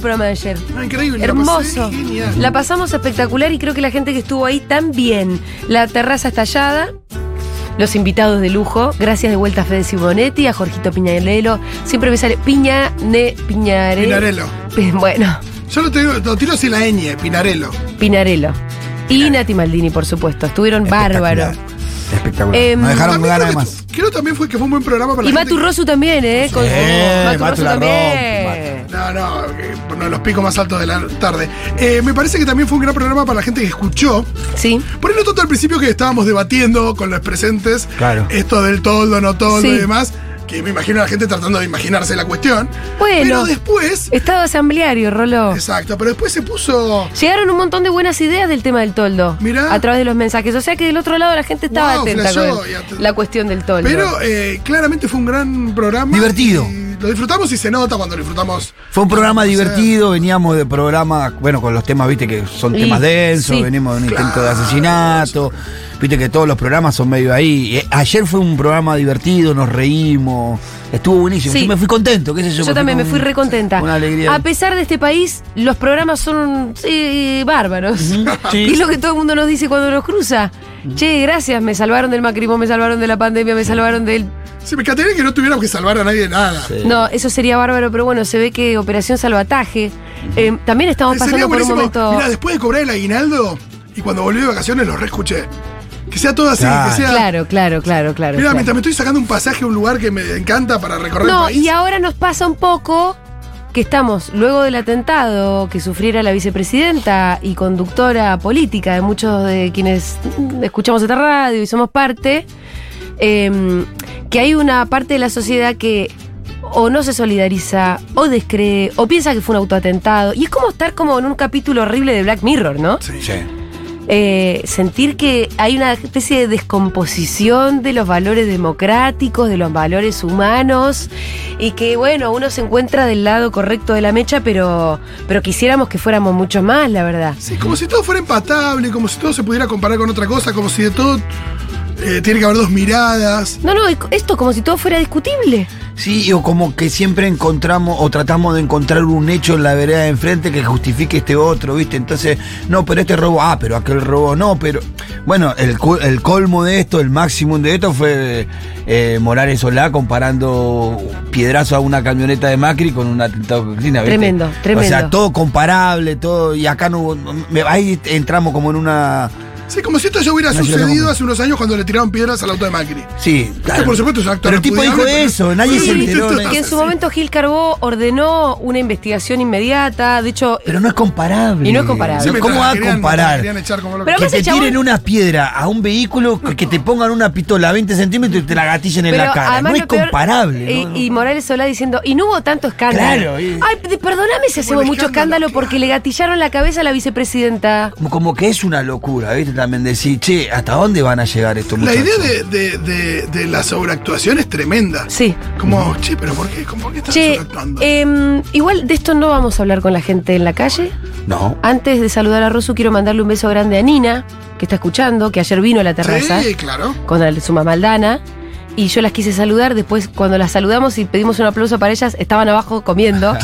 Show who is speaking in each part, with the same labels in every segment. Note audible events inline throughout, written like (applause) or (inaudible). Speaker 1: programa de ayer.
Speaker 2: Ah, increíble, la pasé
Speaker 1: Hermoso.
Speaker 2: genial.
Speaker 1: La pasamos espectacular y creo que la gente que estuvo ahí también. La terraza estallada. Los invitados de lujo, gracias de vuelta a Fede Simonetti, a Jorgito Piñarelo, siempre me sale Piñane, Piñare,
Speaker 2: Pinarello.
Speaker 1: Pi- (laughs) bueno,
Speaker 2: Yo lo, tengo, lo tiro sin la ñ, Pinarello.
Speaker 1: Pinarello. Y Nati Maldini, por supuesto, estuvieron bárbaros.
Speaker 3: Espectacular.
Speaker 1: Em,
Speaker 3: no dejaron
Speaker 2: También
Speaker 3: ganas
Speaker 2: creo
Speaker 3: de
Speaker 2: que-
Speaker 3: más.
Speaker 2: Creo también fue que fue un buen programa para
Speaker 1: Y
Speaker 2: la gente
Speaker 1: Matu Rosu también, ¿eh? Con,
Speaker 3: Sí,
Speaker 1: Matu
Speaker 3: Matu
Speaker 1: Rosu
Speaker 3: la rompe,
Speaker 1: también.
Speaker 2: No, no, eh, uno de los picos más altos de la tarde. Eh, me parece que también fue un gran programa para la gente que escuchó.
Speaker 1: Sí.
Speaker 2: Por ahí no tanto al principio que estábamos debatiendo con los presentes
Speaker 3: Claro.
Speaker 2: esto del toldo, no toldo
Speaker 1: Sí.
Speaker 2: y demás, que me imagino a la gente tratando de imaginarse la cuestión.
Speaker 1: Bueno.
Speaker 2: Pero después,
Speaker 1: Estado asambleario, Rolo.
Speaker 2: exacto, pero después se puso...
Speaker 1: Llegaron un montón de buenas ideas del tema del toldo.
Speaker 2: Mirá.
Speaker 1: A través de los mensajes. O sea que del otro lado la gente estaba
Speaker 2: Wow,
Speaker 1: atenta
Speaker 2: flashó,
Speaker 1: con
Speaker 2: y at-
Speaker 1: la cuestión del toldo.
Speaker 2: Pero eh, claramente fue un gran programa.
Speaker 3: Divertido.
Speaker 2: y Lo disfrutamos y se nota cuando lo disfrutamos.
Speaker 3: Fue un programa
Speaker 2: O sea,
Speaker 3: divertido, veníamos de programas, bueno, con los temas, viste, que son
Speaker 1: Y-
Speaker 3: temas densos,
Speaker 1: sí.
Speaker 3: venimos de un intento de asesinato, viste que todos los programas son medio ahí. Y ayer fue un programa divertido, nos reímos, estuvo buenísimo.
Speaker 1: Sí.
Speaker 3: Yo me fui contento, qué sé yo.
Speaker 1: yo también me
Speaker 3: con
Speaker 1: fui
Speaker 3: un-
Speaker 1: recontenta.
Speaker 3: Una alegría.
Speaker 1: A pesar de este país, los programas son sí, bárbaros.
Speaker 3: Mm,
Speaker 1: (laughs)
Speaker 3: sí. Mm.
Speaker 1: Y es lo que todo el mundo nos dice cuando nos cruza. Che, gracias, me salvaron del macrismo, me salvaron de la pandemia, me salvaron del
Speaker 2: Sí, me encantaría que no tuviéramos que salvar a nadie de nada.
Speaker 1: No, eso sería bárbaro, pero bueno, se ve que Operación Salvataje. eh, también estamos
Speaker 2: Eh, Sería
Speaker 1: pasando por un
Speaker 2: buenísimo.
Speaker 1: momento.
Speaker 2: Mira, después de cobrar el aguinaldo y cuando volví de vacaciones lo reescuché. Que sea todo así,
Speaker 3: Claro.
Speaker 2: que sea.
Speaker 1: Claro, claro, claro, claro.
Speaker 2: Mira,
Speaker 1: claro.
Speaker 2: mientras me estoy sacando un pasaje a un lugar que me encanta para recorrer el
Speaker 1: No,
Speaker 2: país.
Speaker 1: y ahora nos pasa un poco que estamos, luego del atentado que sufriera la vicepresidenta y conductora política de muchos de quienes mm, escuchamos esta radio y somos parte, eh, que hay una parte de la sociedad que o no se solidariza, o descree, o piensa que fue un autoatentado. Y es como estar como en un capítulo horrible de Black Mirror, ¿no?
Speaker 2: Sí.
Speaker 3: Sí.
Speaker 1: eh, sentir que hay una especie de descomposición de los valores democráticos, de los valores humanos, y que bueno, uno se encuentra del lado correcto de la mecha, pero, pero quisiéramos que fuéramos muchos más, la verdad.
Speaker 2: Sí, como si todo fuera empatable, como si todo se pudiera comparar con otra cosa, como si de todo eh, tiene que haber dos miradas.
Speaker 1: No, no, esto como si todo fuera discutible.
Speaker 3: Sí, o como que siempre encontramos o tratamos de encontrar un hecho en la vereda de enfrente que justifique este otro, ¿viste? Entonces, no, pero este robo, ah, pero aquel robo no, pero. Bueno, el, cu- el colmo de esto, el máximo de esto fue eh, Morales Solá comparando piedrazo a una camioneta de Macri con un atentado de Cristina, ¿viste?
Speaker 1: Tremendo,
Speaker 3: O
Speaker 1: tremendo.
Speaker 3: sea, todo comparable, todo. Y acá no hubo. me- Ahí entramos como en una.
Speaker 2: Sí, como si esto ya hubiera
Speaker 3: No, yo
Speaker 2: sucedido
Speaker 3: tampoco.
Speaker 2: hace unos años cuando le tiraron piedras al auto de Macri.
Speaker 3: Sí, claro.
Speaker 2: por supuesto es un acto
Speaker 3: Pero el tipo dijo
Speaker 2: repudiable, pero-
Speaker 3: eso, nadie se
Speaker 2: Sí,
Speaker 3: enteró.
Speaker 2: esto-
Speaker 3: nadie-
Speaker 1: Que en su momento Gil Carbó ordenó una investigación inmediata, de hecho...
Speaker 3: Pero no es comparable.
Speaker 1: Y no es comparable.
Speaker 2: Sí, mientras
Speaker 3: ¿Cómo
Speaker 2: la
Speaker 3: va a
Speaker 2: querían- la
Speaker 3: comparar?
Speaker 2: querían echar como loca.
Speaker 1: Pero
Speaker 3: Que
Speaker 1: ese
Speaker 3: te
Speaker 1: chabón-
Speaker 3: tiren una piedra a un vehículo, que, que te pongan una pistola a 20 centímetros y te la gatillen en
Speaker 1: Pero
Speaker 3: la cara.
Speaker 1: además
Speaker 3: No es
Speaker 1: lo peor-
Speaker 3: comparable.
Speaker 1: Y,
Speaker 3: ¿no?
Speaker 1: y Morales Solá diciendo, y no hubo tanto escándalo.
Speaker 3: Claro, y-
Speaker 1: Ay, pe- perdóname si hacemos
Speaker 2: el
Speaker 1: mucho escándalo
Speaker 2: escándalo,
Speaker 1: porque le gatillaron la cabeza a la vicepresidenta.
Speaker 3: Como, como que es una locura, ¿viste? También decir, che, ¿hasta dónde van a llegar estos
Speaker 2: La
Speaker 3: muchachos?
Speaker 2: idea de, de- de- de la sobreactuación es tremenda.
Speaker 1: Sí.
Speaker 2: Como, che, pero ¿por qué, ¿Cómo- por qué están
Speaker 1: Che,
Speaker 2: sobreactuando?
Speaker 1: em, igual de esto no vamos a hablar con la gente en la calle.
Speaker 3: No.
Speaker 1: Antes de saludar a Rosu, quiero mandarle un beso grande a Nina, que está escuchando, que ayer vino a la terraza
Speaker 2: Sí, claro.
Speaker 1: con la- su mamá Aldana. Y yo las quise saludar, después cuando las saludamos y pedimos un aplauso para ellas, estaban abajo
Speaker 3: (laughs)
Speaker 1: comiendo.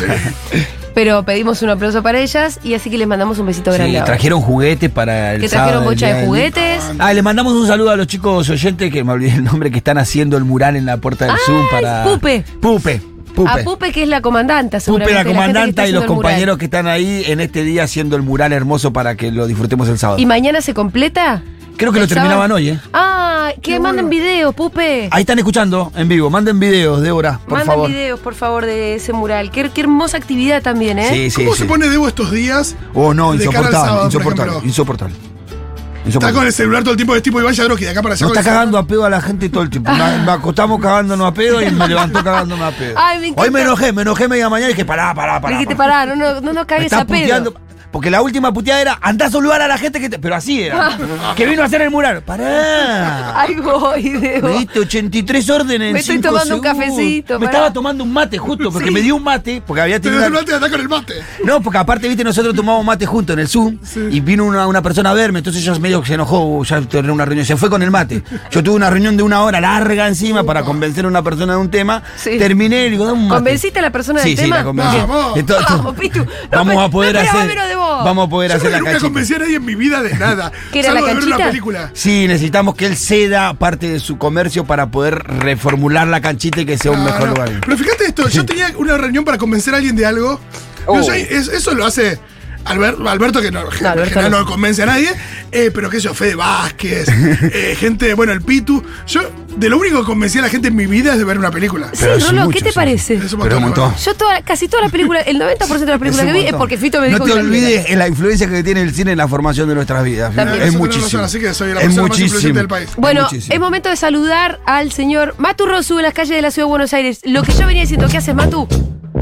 Speaker 1: Pero pedimos un aplauso para ellas y así que les mandamos un besito grande.
Speaker 3: Sí,
Speaker 1: ahora.
Speaker 3: trajeron juguetes para el
Speaker 1: que trajeron
Speaker 3: sábado del
Speaker 1: bocha
Speaker 3: Día
Speaker 1: de
Speaker 3: del
Speaker 1: juguetes.
Speaker 3: Niño. Ah, le mandamos un saludo a los chicos oyentes, que me olvidé el nombre, que están haciendo el mural en la puerta del
Speaker 1: Ay,
Speaker 3: Zoom para...
Speaker 1: Ah, Pupe.
Speaker 3: Pupe. Pupe.
Speaker 1: A Pupe, que es la comandanta, seguramente.
Speaker 3: Pupe, la
Speaker 1: gente que está
Speaker 3: comandanta y
Speaker 1: haciendo
Speaker 3: los
Speaker 1: el mural.
Speaker 3: compañeros que están ahí en este día haciendo el mural hermoso para que lo disfrutemos el sábado.
Speaker 1: ¿Y mañana se completa?
Speaker 3: Creo que lo
Speaker 1: ¿El sábado?
Speaker 3: terminaban hoy, ¿eh?
Speaker 1: Ah, que manden videos, Pupe.
Speaker 3: Ahí están escuchando en vivo. Manden videos, Débora, por
Speaker 1: manden
Speaker 3: favor.
Speaker 1: videos, por favor, de ese mural. Qué, qué hermosa actividad también, ¿eh?
Speaker 3: Sí, sí,
Speaker 2: ¿Cómo
Speaker 3: sí.
Speaker 2: se pone Debo estos días?
Speaker 3: Oh, no,
Speaker 2: de cara al
Speaker 3: insoportable,
Speaker 2: sábado, por
Speaker 3: insoportable,
Speaker 2: ejemplo?
Speaker 3: insoportable.
Speaker 2: Está con
Speaker 3: Insoportable.
Speaker 2: el celular todo el tiempo de tipo Iván Yadroki de acá para allá.
Speaker 3: Nos
Speaker 2: con
Speaker 3: está
Speaker 2: el-
Speaker 3: cagando a pedo a la gente todo
Speaker 1: (laughs)
Speaker 3: el tiempo. Me, me acostamos cagándonos a pedo y me levantó cagándome a pedo.
Speaker 1: Ay, me encanta.
Speaker 3: Hoy me enojé, me enojé media mañana y dije, pará, pará,
Speaker 1: Le
Speaker 3: pará.
Speaker 1: dijiste,
Speaker 3: pará.
Speaker 1: pará, no, no, no nos
Speaker 3: Me
Speaker 1: cagues
Speaker 3: está
Speaker 1: a pedo.
Speaker 3: puteando. Porque la última puteada era, andá a saludar a la gente que te... Pero
Speaker 1: (laughs)
Speaker 3: así era. que vino a hacer el mural. Pará.
Speaker 1: Ay, voy, Debo.
Speaker 3: (laughs) Me diste 83 órdenes. en
Speaker 1: Me estoy
Speaker 3: cinco
Speaker 1: tomando un
Speaker 3: segundos.
Speaker 1: cafecito,
Speaker 3: Me
Speaker 1: pará.
Speaker 3: estaba tomando un mate justo, porque
Speaker 1: Sí.
Speaker 3: me dio un mate, porque había
Speaker 2: Te
Speaker 3: tenido... una-
Speaker 2: mate, andá con el mate.
Speaker 3: No, porque aparte, viste, nosotros tomamos mate juntos en el Zoom y vino una, una persona a verme, entonces ya medio que se enojó, ya terminé una reunión, se fue con el mate. Yo tuve una reunión de una hora larga encima para convencer a una persona de un tema,
Speaker 1: Sí.
Speaker 3: terminé y digo, dame un mate.
Speaker 1: ¿Convenciste a la persona
Speaker 3: Sí,
Speaker 1: del
Speaker 3: sí,
Speaker 1: tema?
Speaker 3: la convencí.
Speaker 2: Vamos.
Speaker 3: Entonces,
Speaker 1: Vamos, Pitu.
Speaker 3: (laughs)
Speaker 1: No,
Speaker 3: vamos
Speaker 1: pero-
Speaker 3: a poder
Speaker 1: no esperaba
Speaker 3: hacer.
Speaker 1: menos de vos.
Speaker 3: Vamos a poder
Speaker 2: Yo
Speaker 3: hacer
Speaker 2: no
Speaker 3: la
Speaker 2: nunca
Speaker 3: cachita.
Speaker 2: convencí a nadie en mi vida de nada.
Speaker 1: (laughs) ¿Que era la
Speaker 2: salvo de ver una
Speaker 1: canchita?
Speaker 2: película.
Speaker 3: Sí, necesitamos que él ceda parte de su comercio para poder reformular la canchita y que sea un
Speaker 2: No,
Speaker 3: mejor
Speaker 2: no.
Speaker 3: lugar.
Speaker 2: Pero fíjate esto, yo tenía una reunión para convencer a alguien de algo. No
Speaker 4: Oh.
Speaker 2: sé, es- eso lo hace Alber- Alberto, que no, en
Speaker 1: Alberto
Speaker 2: general
Speaker 1: no.
Speaker 2: no convence a nadie. eh, pero qué sé yo,
Speaker 3: (laughs)
Speaker 2: Fede Vázquez, eh, gente, bueno, el Pitu. Yo de lo único que convencí a la gente en mi vida es de ver una película.
Speaker 1: Sí,
Speaker 3: Pero es
Speaker 1: Rolo,
Speaker 3: mucho,
Speaker 1: ¿qué te
Speaker 3: sí.
Speaker 1: parece?
Speaker 2: Es un
Speaker 3: Pero un montón.
Speaker 1: Yo toda, casi todas las
Speaker 3: (laughs)
Speaker 1: películas, el 90% de las películas
Speaker 3: un
Speaker 1: que vi es
Speaker 3: montón.
Speaker 1: porque Fito me dijo
Speaker 3: No
Speaker 1: que
Speaker 3: te
Speaker 1: la viera.
Speaker 3: olvides la influencia que tiene el cine en la formación de nuestras vidas.
Speaker 1: También.
Speaker 3: Es
Speaker 2: Eso tenés
Speaker 3: muchísimo.
Speaker 2: razón, así que soy la
Speaker 3: Es
Speaker 2: persona más
Speaker 3: muchísimo.
Speaker 2: influyente del país.
Speaker 1: Bueno,
Speaker 3: muchísimo.
Speaker 1: es momento de saludar al señor Matu Rosu en las calles de la ciudad de Buenos Aires. Lo que yo venía diciendo, ¿qué haces, Matu?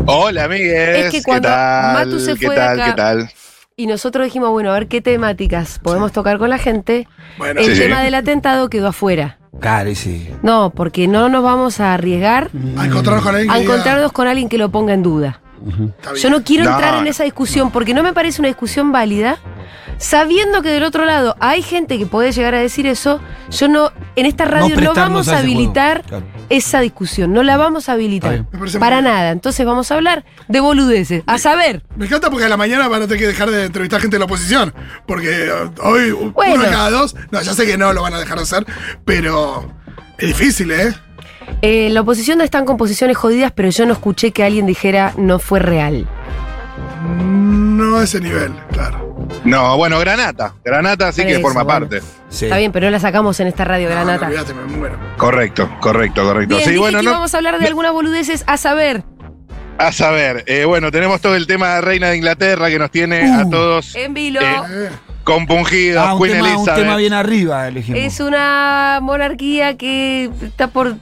Speaker 4: Hola, amigues.
Speaker 1: Es que cuando
Speaker 4: ¿Qué tal?
Speaker 1: Matu se
Speaker 4: ¿Qué
Speaker 1: fue de
Speaker 4: tal?
Speaker 1: acá-
Speaker 4: ¿Qué tal?
Speaker 1: Y nosotros dijimos, bueno, a ver qué temáticas podemos tocar con la gente.
Speaker 2: Bueno,
Speaker 1: el
Speaker 4: Sí,
Speaker 1: tema
Speaker 4: sí.
Speaker 1: del atentado quedó afuera.
Speaker 3: Claro, y sí.
Speaker 1: No, porque no nos vamos a arriesgar
Speaker 2: a encontrarnos con alguien
Speaker 1: a
Speaker 2: que diga,
Speaker 1: encontrarnos con alguien que lo ponga en duda.
Speaker 2: "Está bien".
Speaker 1: Yo no quiero
Speaker 4: No,
Speaker 1: entrar en
Speaker 4: no.
Speaker 1: esa discusión porque no me parece una discusión válida. Sabiendo que del otro lado hay gente que puede llegar a decir eso, yo no, en esta radio no,
Speaker 3: prestarnos
Speaker 1: vamos
Speaker 3: a
Speaker 1: a
Speaker 3: ese juego.
Speaker 1: habilitar
Speaker 3: Claro.
Speaker 1: esa discusión, no la vamos a habilitar
Speaker 3: Está
Speaker 2: Me parece
Speaker 1: para
Speaker 2: muy bien.
Speaker 1: nada. Entonces vamos a hablar de boludeces, a saber.
Speaker 2: Me encanta porque a la mañana van a tener que dejar de entrevistar gente de la oposición. Porque eh, hoy u-
Speaker 1: Bueno.
Speaker 2: uno de cada dos. No, ya sé que no lo van a dejar de hacer, pero es difícil, ¿eh?
Speaker 1: Eh, la oposición están con posiciones jodidas, pero yo no escuché que alguien dijera no fue real.
Speaker 2: No a ese nivel, claro.
Speaker 4: No, bueno, Granata. Granata sí que
Speaker 1: Eso,
Speaker 4: forma
Speaker 1: bueno.
Speaker 4: parte.
Speaker 3: Sí.
Speaker 1: Está bien, pero no la sacamos en esta radio,
Speaker 2: No, no,
Speaker 1: Granata.
Speaker 2: olvídate, me muero.
Speaker 4: Correcto, correcto, correcto.
Speaker 1: Bien,
Speaker 4: sí,
Speaker 1: dije
Speaker 4: bueno,
Speaker 1: que
Speaker 4: no-
Speaker 1: íbamos a hablar de
Speaker 4: no-
Speaker 1: algunas boludeces, a saber.
Speaker 4: a saber. eh, bueno, tenemos todo el tema de Reina de Inglaterra que nos tiene a
Speaker 3: Uh.
Speaker 4: todos
Speaker 1: En vilo.
Speaker 4: Eh,
Speaker 2: Eh,
Speaker 4: compungidos.
Speaker 3: Ah, un,
Speaker 4: Queen
Speaker 3: tema, un
Speaker 4: Elizabeth.
Speaker 3: tema bien arriba elegimos.
Speaker 1: Es una monarquía que está por.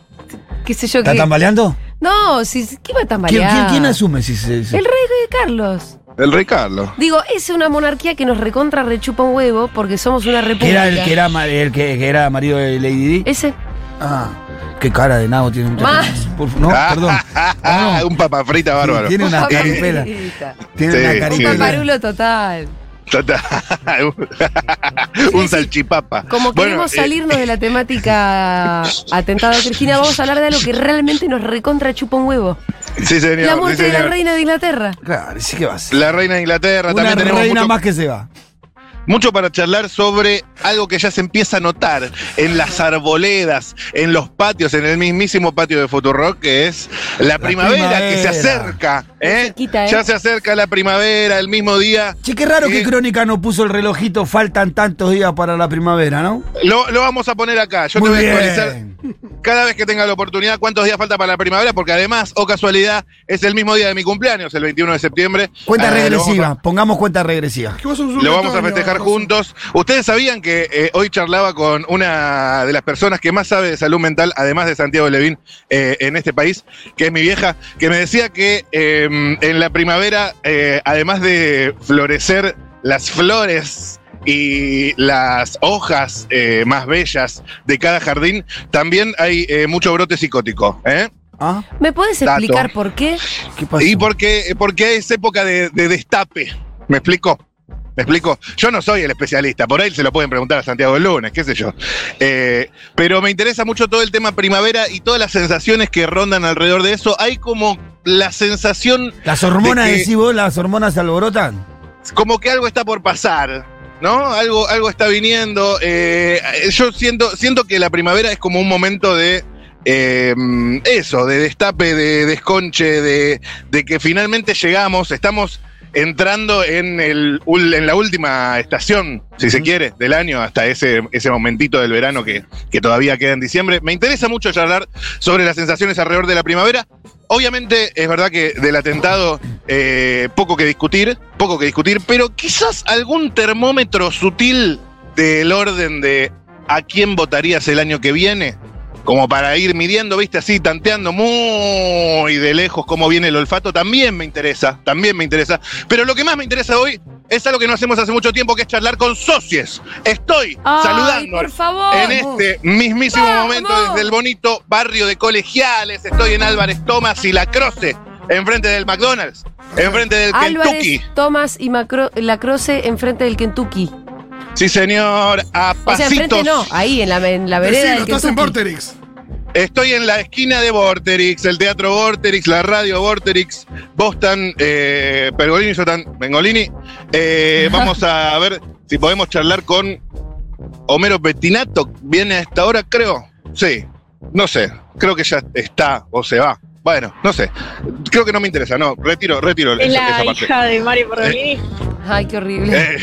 Speaker 1: qué sé yo
Speaker 3: ¿Está
Speaker 1: qué.
Speaker 3: tambaleando?
Speaker 1: No, si, si- ¿qué va a
Speaker 3: ¿Quién,
Speaker 1: tambalear?
Speaker 3: quién, quién asume si se.? si-
Speaker 1: El rey de Carlos.
Speaker 4: El Rey Carlos.
Speaker 1: Digo, es una monarquía que nos recontra rechupa un huevo porque somos una
Speaker 3: que
Speaker 1: república.
Speaker 3: era el que era, ma- el que, que era marido de Lady D?
Speaker 1: Ese.
Speaker 3: Ah, qué cara de nabo tiene. un-
Speaker 1: Más.
Speaker 3: Por-
Speaker 2: (laughs)
Speaker 3: no,
Speaker 4: (laughs)
Speaker 3: perdón. Ah, no.
Speaker 4: un papafrita bárbaro.
Speaker 1: (laughs)
Speaker 3: Tiene una
Speaker 4: (laughs)
Speaker 1: Paparita.
Speaker 3: caripela. Tiene
Speaker 4: Sí,
Speaker 3: una
Speaker 4: sí.
Speaker 1: Un
Speaker 3: caripela.
Speaker 1: paparulo total.
Speaker 4: Total.
Speaker 1: sí.
Speaker 4: un salchipapa.
Speaker 1: Como
Speaker 4: Bueno,
Speaker 1: queremos
Speaker 4: eh,
Speaker 1: salirnos de la temática atentado a Cristina, vamos a hablar de algo que realmente nos recontra chupa un huevo.
Speaker 4: sí, señor,
Speaker 1: la
Speaker 4: sí,
Speaker 1: muerte de la
Speaker 4: señor.
Speaker 1: reina de Inglaterra.
Speaker 3: Claro, sí que va a ser.
Speaker 4: La reina de Inglaterra,
Speaker 3: Una
Speaker 4: también tenemos
Speaker 3: reina
Speaker 4: mucho,
Speaker 3: más que se va.
Speaker 4: mucho para charlar sobre algo que ya se empieza a notar en las arboledas, en los patios, en el mismísimo patio de Futurock, que es la, primavera, que se
Speaker 3: primavera.
Speaker 4: acerca. ¿eh?
Speaker 1: cerquita, ¿eh?
Speaker 4: Ya se acerca la primavera, el mismo día.
Speaker 3: Che, qué raro
Speaker 4: Eh,
Speaker 3: que Crónica no puso el relojito. Faltan tantos días para la primavera, ¿no?
Speaker 4: Lo, lo vamos a poner acá. Yo
Speaker 3: Muy
Speaker 4: te voy a
Speaker 3: bien.
Speaker 4: actualizar cada vez que tenga la oportunidad cuántos días falta para la primavera, porque además, o casualidad, es el mismo día de mi cumpleaños, el 21 de septiembre.
Speaker 3: Cuenta
Speaker 4: Ah, lo vamos a-
Speaker 3: regresiva. Pongamos cuenta regresiva.
Speaker 2: que vos sos un
Speaker 4: Lo vamos a
Speaker 2: retoño,
Speaker 4: festejar
Speaker 2: José.
Speaker 4: juntos. Ustedes sabían que eh, hoy charlaba con una de las personas que más sabe de salud mental, además de Santiago Levín, eh, en este país, que es mi vieja, que me decía que eh, en la primavera, eh, además de florecer las flores y las hojas eh, más bellas de cada jardín, también hay eh, mucho brote psicótico. ¿eh?
Speaker 3: ¿Ah?
Speaker 1: ¿Me puedes
Speaker 4: Dato.
Speaker 1: explicar por qué?
Speaker 3: ¿Qué pasó?
Speaker 4: Y porque, porque es época de, de destape. ¿Me explico? ¿Me explico? Yo no soy el especialista, por ahí se lo pueden preguntar a Santiago el lunes, qué sé yo. Eh, pero me interesa mucho todo el tema primavera y todas las sensaciones que rondan alrededor de eso. Hay como la sensación,
Speaker 3: ¿Las hormonas,
Speaker 4: de que-
Speaker 3: decís vos, las hormonas se alborotan?
Speaker 4: como que algo está por pasar, ¿no? Algo, algo está viniendo. Eh, yo siento, siento que la primavera es como un momento de eh, eso, de destape, de desconche, de, de que finalmente llegamos, estamos entrando en, el, ul- en la última estación, si se quiere, del año, hasta ese, ese momentito del verano que, que todavía queda en diciembre. Me interesa mucho charlar sobre las sensaciones alrededor de la primavera. Obviamente es verdad que del atentado eh, poco que discutir, poco que discutir, pero quizás algún termómetro sutil del orden de a quién votarías el año que viene como para ir midiendo, viste, así, tanteando muy de lejos cómo viene el olfato, también me interesa, también me interesa. Pero lo que más me interesa hoy es algo que no hacemos hace mucho tiempo, que es charlar con socios. Estoy
Speaker 1: Ay,
Speaker 4: saludando
Speaker 1: por favor.
Speaker 4: en este mismísimo
Speaker 1: Vamos.
Speaker 4: momento desde el bonito barrio de Colegiales. Estoy en Álvarez Tomás y La Croce, enfrente del McDonald's, enfrente del Kentucky.
Speaker 1: Álvarez, Tomás y Macro, Lacroce enfrente del Kentucky.
Speaker 4: Sí, señor, a
Speaker 1: O sea, enfrente
Speaker 4: pasitos.
Speaker 1: no, ahí en la, en la vereda
Speaker 2: Decilo,
Speaker 1: del
Speaker 2: estás en
Speaker 1: Kentucky.
Speaker 2: Vorterix.
Speaker 4: Estoy en la esquina de Vorterix, el teatro Vorterix, la radio Vorterix, Boston, eh, Pergolini, Sotan, Bengolini. Eh, vamos
Speaker 5: (laughs)
Speaker 4: a ver si podemos charlar con Homero Pettinato. Viene a esta hora, creo. Sí, no sé. Creo que ya está o se va. Bueno, no sé. Creo que no me interesa. No, retiro, retiro
Speaker 5: Es
Speaker 4: esa- esa
Speaker 5: la
Speaker 4: parte.
Speaker 5: hija de Mario Pergolini.
Speaker 1: Ay, qué horrible.
Speaker 4: Eh,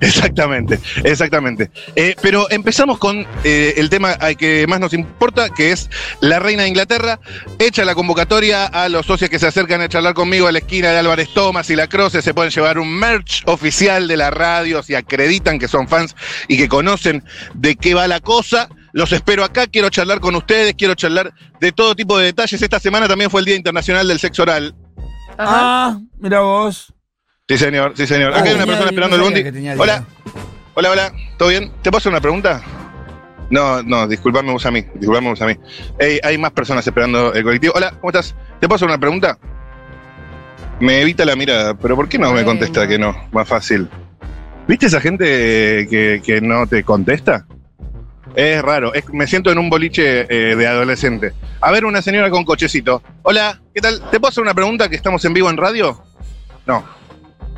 Speaker 4: exactamente, exactamente. Eh, pero empezamos con eh, el tema al que más nos importa, que es la reina de Inglaterra. Echa la convocatoria a los socios que se acercan a charlar conmigo a la esquina de Álvarez Thomas y La Croce. Se pueden llevar un merch oficial de la radio si acreditan que son fans y que conocen de qué va la cosa. Los espero acá, quiero charlar con ustedes, quiero charlar de todo tipo de detalles. Esta semana también fue el Día Internacional del Sexo Oral.
Speaker 1: Ajá.
Speaker 3: Ah, mira vos.
Speaker 4: Sí, señor, sí, señor. Acá hay una
Speaker 3: Tenía-
Speaker 4: persona esperando el
Speaker 3: no sabía
Speaker 4: bondi.
Speaker 3: que tenía
Speaker 4: Hola.
Speaker 3: día.
Speaker 4: Hola, hola, ¿todo bien? ¿Te puedo hacer una pregunta? No, no, disculpame vos a mí, disculpame vos a mí. Ey, hay más personas esperando el colectivo. Hola, ¿cómo estás? ¿Te puedo hacer una pregunta? Me evita la mirada, pero ¿por qué no me
Speaker 1: Bueno.
Speaker 4: contesta que no? Más fácil. ¿Viste esa gente que, que no te contesta? Es raro, es- me siento en un boliche eh, de adolescente. A ver, una señora con cochecito. Hola, ¿qué tal? ¿Te puedo hacer una pregunta que estamos en vivo en radio? No.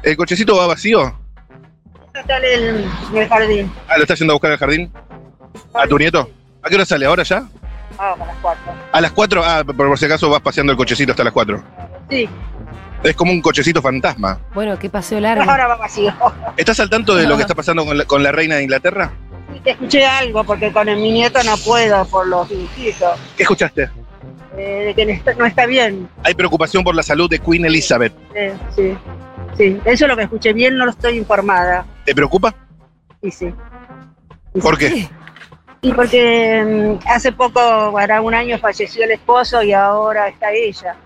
Speaker 4: ¿El cochecito va vacío?
Speaker 5: Sale del, del jardín.
Speaker 4: Ah, lo está yendo a buscar al jardín. ¿A tu nieto? ¿A qué hora sale? ¿Ahora ya?
Speaker 5: Ah, para las cuatro.
Speaker 4: A las 4. Ah, por, por si acaso vas paseando el cochecito hasta las 4.
Speaker 5: Sí,
Speaker 4: Es como un cochecito fantasma.
Speaker 1: Bueno, qué paseo largo.
Speaker 5: ahora va vacío. (laughs)
Speaker 4: ¿Estás al tanto de lo que está pasando con la, con la reina de Inglaterra?
Speaker 5: Sí, Te escuché algo porque con el, mi nieto no puedo por los hijos.
Speaker 4: ¿Qué escuchaste?
Speaker 5: Eh, de que no está, no está bien.
Speaker 4: Hay preocupación por la salud de Queen Elizabeth.
Speaker 5: Eh, sí, sí. Eso es lo que escuché bien, no lo estoy informada.
Speaker 4: ¿Te preocupa?
Speaker 5: Y sí.
Speaker 4: ¿Por qué?
Speaker 5: Y porque mm, hace poco, para un año, falleció el esposo y ahora está ella.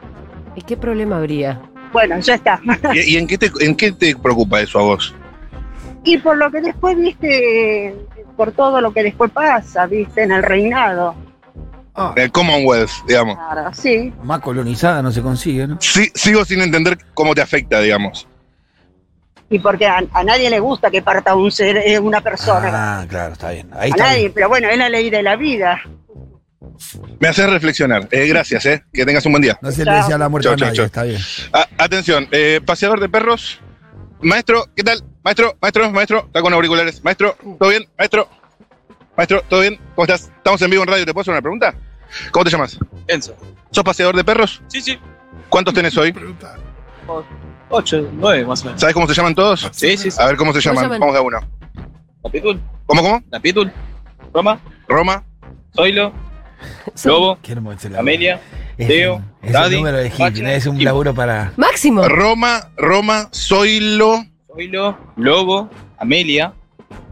Speaker 1: ¿Y qué problema habría?
Speaker 5: Bueno, ya está. (laughs)
Speaker 4: ¿Y, y en, qué te, en qué te preocupa eso a vos?
Speaker 5: Y por lo que después viste, por todo lo que después pasa, viste, en el reinado.
Speaker 3: Ah,
Speaker 4: En el Commonwealth, digamos.
Speaker 5: Claro, sí.
Speaker 3: más colonizada no se consigue, ¿no?
Speaker 4: Sí, sigo sin entender cómo te afecta, digamos.
Speaker 5: Y porque a, a nadie le gusta que parta un ser, eh, una persona.
Speaker 3: Ah, claro, está bien. Ahí
Speaker 5: a
Speaker 3: está.
Speaker 5: nadie,
Speaker 3: bien.
Speaker 5: pero bueno, es la ley de la vida.
Speaker 4: Me haces reflexionar. Eh, gracias, ¿eh? Que tengas un buen día.
Speaker 3: No se le decía la muerte
Speaker 4: Chau,
Speaker 3: a
Speaker 4: chau,
Speaker 3: nadie,
Speaker 4: chau.
Speaker 3: está bien.
Speaker 4: Ah, atención, eh, paseador de perros. Maestro, ¿qué tal? Maestro, maestro, maestro, está con auriculares. Maestro, ¿todo bien? Maestro, maestro, ¿todo bien? ¿Cómo estás? Estamos en vivo en radio, ¿te puedo hacer una pregunta? ¿Cómo te llamas?
Speaker 6: Enzo.
Speaker 4: ¿Sos paseador de perros?
Speaker 6: Sí, sí.
Speaker 4: ¿Cuántos tenés hoy?
Speaker 2: Pregunta.
Speaker 6: 8, 9 más o menos.
Speaker 4: ¿Sabes cómo se llaman todos?
Speaker 6: Sí, sí, sí.
Speaker 4: A ver cómo se
Speaker 1: ¿Cómo
Speaker 4: llaman.
Speaker 1: se llaman?
Speaker 4: Vamos de a uno.
Speaker 6: Napitul,
Speaker 4: ¿Cómo, cómo?
Speaker 6: Napitul, Roma,
Speaker 4: Roma,
Speaker 6: Zoilo,
Speaker 1: Son-
Speaker 6: Lobo,
Speaker 3: Qué hermoso. la-
Speaker 6: Amelia,
Speaker 3: Es,
Speaker 6: Leo,
Speaker 3: es
Speaker 6: Daddy,
Speaker 3: un número de hit,
Speaker 6: Máquina,
Speaker 3: es un
Speaker 6: Timo.
Speaker 3: laburo para.
Speaker 1: Máximo.
Speaker 4: Roma, Roma, Zoilo,
Speaker 6: Zoilo, Lobo, Amelia,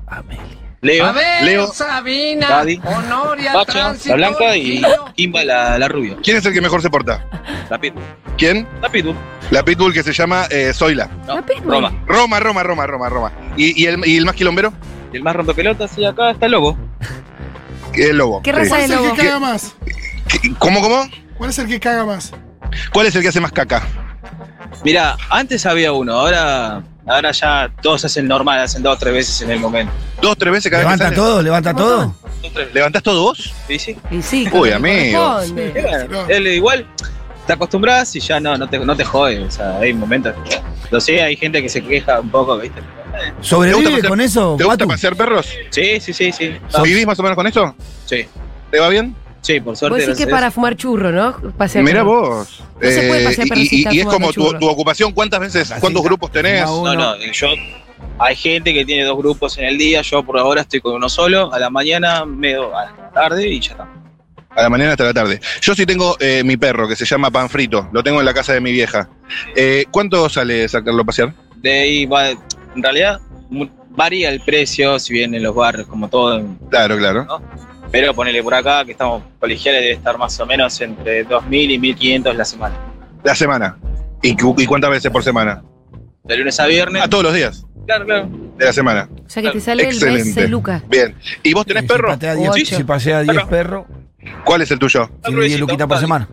Speaker 3: Amelia.
Speaker 6: Leo,
Speaker 7: A
Speaker 1: Eh,
Speaker 7: ver,
Speaker 4: Leo.
Speaker 7: Sabina,
Speaker 6: Daddy,
Speaker 7: Honoria,
Speaker 6: Pacha,
Speaker 7: Tránsito,
Speaker 6: la Blanca y
Speaker 7: Giro.
Speaker 6: Kimba, la, la rubia.
Speaker 4: ¿quién es el que mejor se porta?
Speaker 6: Napitul,
Speaker 4: ¿Quién?
Speaker 6: Napitul,
Speaker 4: La pitbull que se llama eh, Zoila.
Speaker 6: no,
Speaker 1: La pitbull.
Speaker 6: Roma.
Speaker 4: Roma, Roma, Roma, Roma, Roma. ¿Y, y el, y el más quilombero?
Speaker 6: Y el más rompepelotas, y acá está Lobo.
Speaker 4: El lobo.
Speaker 1: ¿Qué
Speaker 4: Sí.
Speaker 1: raza
Speaker 2: ¿Cuál
Speaker 1: de
Speaker 2: es el
Speaker 1: lobo?
Speaker 2: que caga más?
Speaker 4: ¿Cómo, cómo?
Speaker 2: ¿Cuál es el que caga más?
Speaker 4: ¿Cuál es el que hace más caca?
Speaker 6: Mira, antes había uno, ahora, ahora ya todos hacen normal, hacen dos o tres veces en el momento.
Speaker 4: ¿Dos, tres veces cada vez que
Speaker 3: Levanta
Speaker 4: sale?
Speaker 3: todo, levanta todo.
Speaker 6: Dos, tres,
Speaker 4: ¿Levantás todo vos?
Speaker 6: ¿sí, sí?
Speaker 1: Y sí,
Speaker 4: Uy,
Speaker 1: como le
Speaker 4: amigo.
Speaker 1: corresponde.
Speaker 6: Y bueno,
Speaker 2: No.
Speaker 6: él igual te acostumbras y ya no, no te, no te jode. O sea, hay momentos. que- Lo sé, hay gente que se queja un poco, ¿viste?
Speaker 4: ¿Te gusta
Speaker 3: ¿Sobrevive
Speaker 4: pasear-
Speaker 3: con eso?
Speaker 4: ¿Te gusta
Speaker 3: Matu?
Speaker 4: pasear perros?
Speaker 6: Sí, sí, sí, sí.
Speaker 4: ¿Vivís más o menos con esto?
Speaker 6: Sí,
Speaker 4: ¿Te va bien?
Speaker 6: sí, por suerte.
Speaker 1: Vos decís
Speaker 6: gracias
Speaker 1: que
Speaker 6: a
Speaker 1: para
Speaker 6: Dios.
Speaker 1: fumar churro, ¿no? Pasear
Speaker 4: Mira
Speaker 1: con-
Speaker 4: vos.
Speaker 1: No se puede pasear
Speaker 4: y-
Speaker 1: perros sin
Speaker 4: y,
Speaker 1: estar
Speaker 4: y es
Speaker 1: fumando
Speaker 4: como tu,
Speaker 1: churros.
Speaker 4: tu ocupación, ¿cuántas veces,
Speaker 3: Así
Speaker 4: cuántos
Speaker 3: está.
Speaker 4: grupos tenés?
Speaker 3: Fuma
Speaker 6: No, no, yo. Hay gente que tiene dos grupos en el día. Yo por ahora estoy con uno solo. A la mañana, medio, a la tarde y ya está.
Speaker 4: A la mañana hasta la tarde. Yo sí tengo eh, mi perro que se llama Pan Frito, lo tengo en la casa de mi vieja. Eh, ¿Cuánto sale sacarlo a pasear?
Speaker 6: De ahí va. En realidad, mu- varía el precio, si bien en los barrios, como todo. en-
Speaker 4: Claro, claro.
Speaker 6: No. Pero ponele por acá, que estamos colegiales, debe estar más o menos entre 2.000 y 1.500 la semana.
Speaker 4: La semana. ¿Y, cu- y cuántas veces por semana?
Speaker 6: De lunes a viernes.
Speaker 4: A todos los días
Speaker 6: Claro, claro.
Speaker 4: de la semana.
Speaker 1: O sea que te sale el mes
Speaker 4: Excelente.
Speaker 1: de Luca.
Speaker 4: Bien. ¿Y vos tenés
Speaker 3: Si
Speaker 4: perro?
Speaker 3: patea 10
Speaker 1: Ocho.
Speaker 3: Si pasea 10
Speaker 6: Acá.
Speaker 3: perros,
Speaker 4: ¿Cuál es el tuyo?
Speaker 3: tiene 10
Speaker 6: Luisito,
Speaker 3: luquitas por
Speaker 6: dale.
Speaker 3: semana.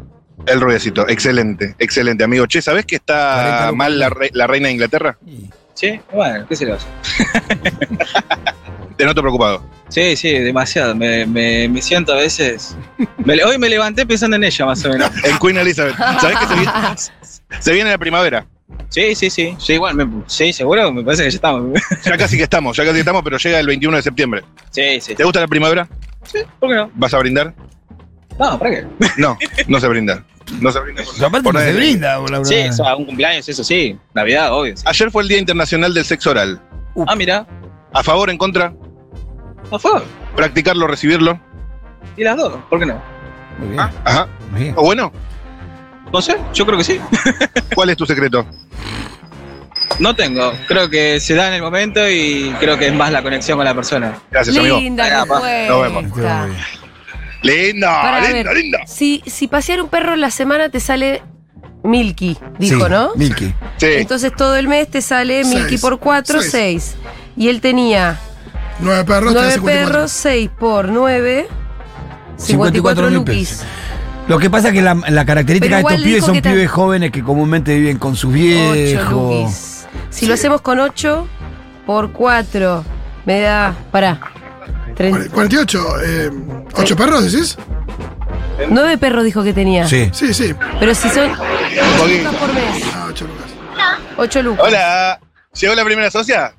Speaker 4: El ruedecito. Excelente, excelente, amigo. Che, ¿sabés que
Speaker 3: 40
Speaker 4: está
Speaker 3: lucas.
Speaker 4: mal la, re- la reina de Inglaterra?
Speaker 6: Sí, bueno, qué se le hace.
Speaker 4: Te noto preocupado.
Speaker 6: Sí, sí, demasiado. Me, me, me siento a veces. me le- hoy me levanté pensando en ella, más o menos.
Speaker 4: En Queen Elizabeth. ¿Sabés que se viene, se viene la primavera?
Speaker 6: Sí, sí, sí. Sí, igual, me- sí, seguro, me parece que ya estamos.
Speaker 4: Ya casi que estamos, ya casi que estamos, pero llega el 21 de septiembre.
Speaker 6: sí, sí.
Speaker 4: ¿Te gusta la primavera?
Speaker 6: ¿Por qué no?
Speaker 4: ¿Vas a brindar?
Speaker 6: No, ¿para qué?
Speaker 4: No, no se brinda. No se brinda.
Speaker 3: Aparte
Speaker 4: Por
Speaker 3: no se
Speaker 4: ahí.
Speaker 3: brinda, boludo.
Speaker 6: Sí, o sea, un cumpleaños, eso sí. Navidad, obvio. sí.
Speaker 4: Ayer fue el Día Internacional del Sexo Oral.
Speaker 6: Ah, mira.
Speaker 4: ¿A favor, en contra?
Speaker 6: No fue.
Speaker 4: ¿Practicarlo, recibirlo?
Speaker 6: Y las dos, ¿por qué no?
Speaker 3: Muy bien,
Speaker 4: Ah, Ajá.
Speaker 3: muy bien.
Speaker 4: ¿O bueno?
Speaker 6: No sé, yo creo que sí.
Speaker 4: ¿Cuál es tu secreto?
Speaker 6: No tengo. Creo que se da en el momento y creo que es más la conexión con la persona.
Speaker 4: Gracias, amigo.
Speaker 1: Linda
Speaker 6: Venga, pa.
Speaker 4: Nos
Speaker 1: respuesta.
Speaker 4: vemos.
Speaker 3: Estuvo muy bien.
Speaker 4: Lindo,
Speaker 1: Para
Speaker 4: lindo,
Speaker 1: ver.
Speaker 4: lindo.
Speaker 1: Si, si pasear un perro la semana te sale Milky, dijo,
Speaker 3: Sí,
Speaker 1: ¿no?
Speaker 3: Milky.
Speaker 4: Sí.
Speaker 1: Entonces todo el mes te sale
Speaker 2: Seis.
Speaker 1: Milky por 4,
Speaker 2: Seis.
Speaker 1: 6. Y él tenía
Speaker 2: Nueve perros,
Speaker 1: 9
Speaker 2: 354.
Speaker 1: perros, 6 por 9, 54
Speaker 3: mil
Speaker 1: lupis.
Speaker 3: pesos. Lo que pasa es que la, la característica
Speaker 1: Pero
Speaker 3: de estos
Speaker 1: igual
Speaker 3: pibes
Speaker 1: dijo
Speaker 3: son
Speaker 1: que ta-
Speaker 3: pibes jóvenes que comúnmente viven con sus
Speaker 1: 8
Speaker 3: viejos.
Speaker 1: lupis. Si lo hacemos con 8 por 4, me da. Pará.
Speaker 2: Cuare- 48, eh, ¿ocho perros decís?
Speaker 1: 9 perros dijo que tenía.
Speaker 3: Sí.
Speaker 2: Sí, sí.
Speaker 1: Pero si son.
Speaker 4: poquito.
Speaker 1: lucas por mes.
Speaker 2: Ah, ocho lucas.
Speaker 1: 8 lucas.
Speaker 4: Hola. ¿Llegó la primera socia?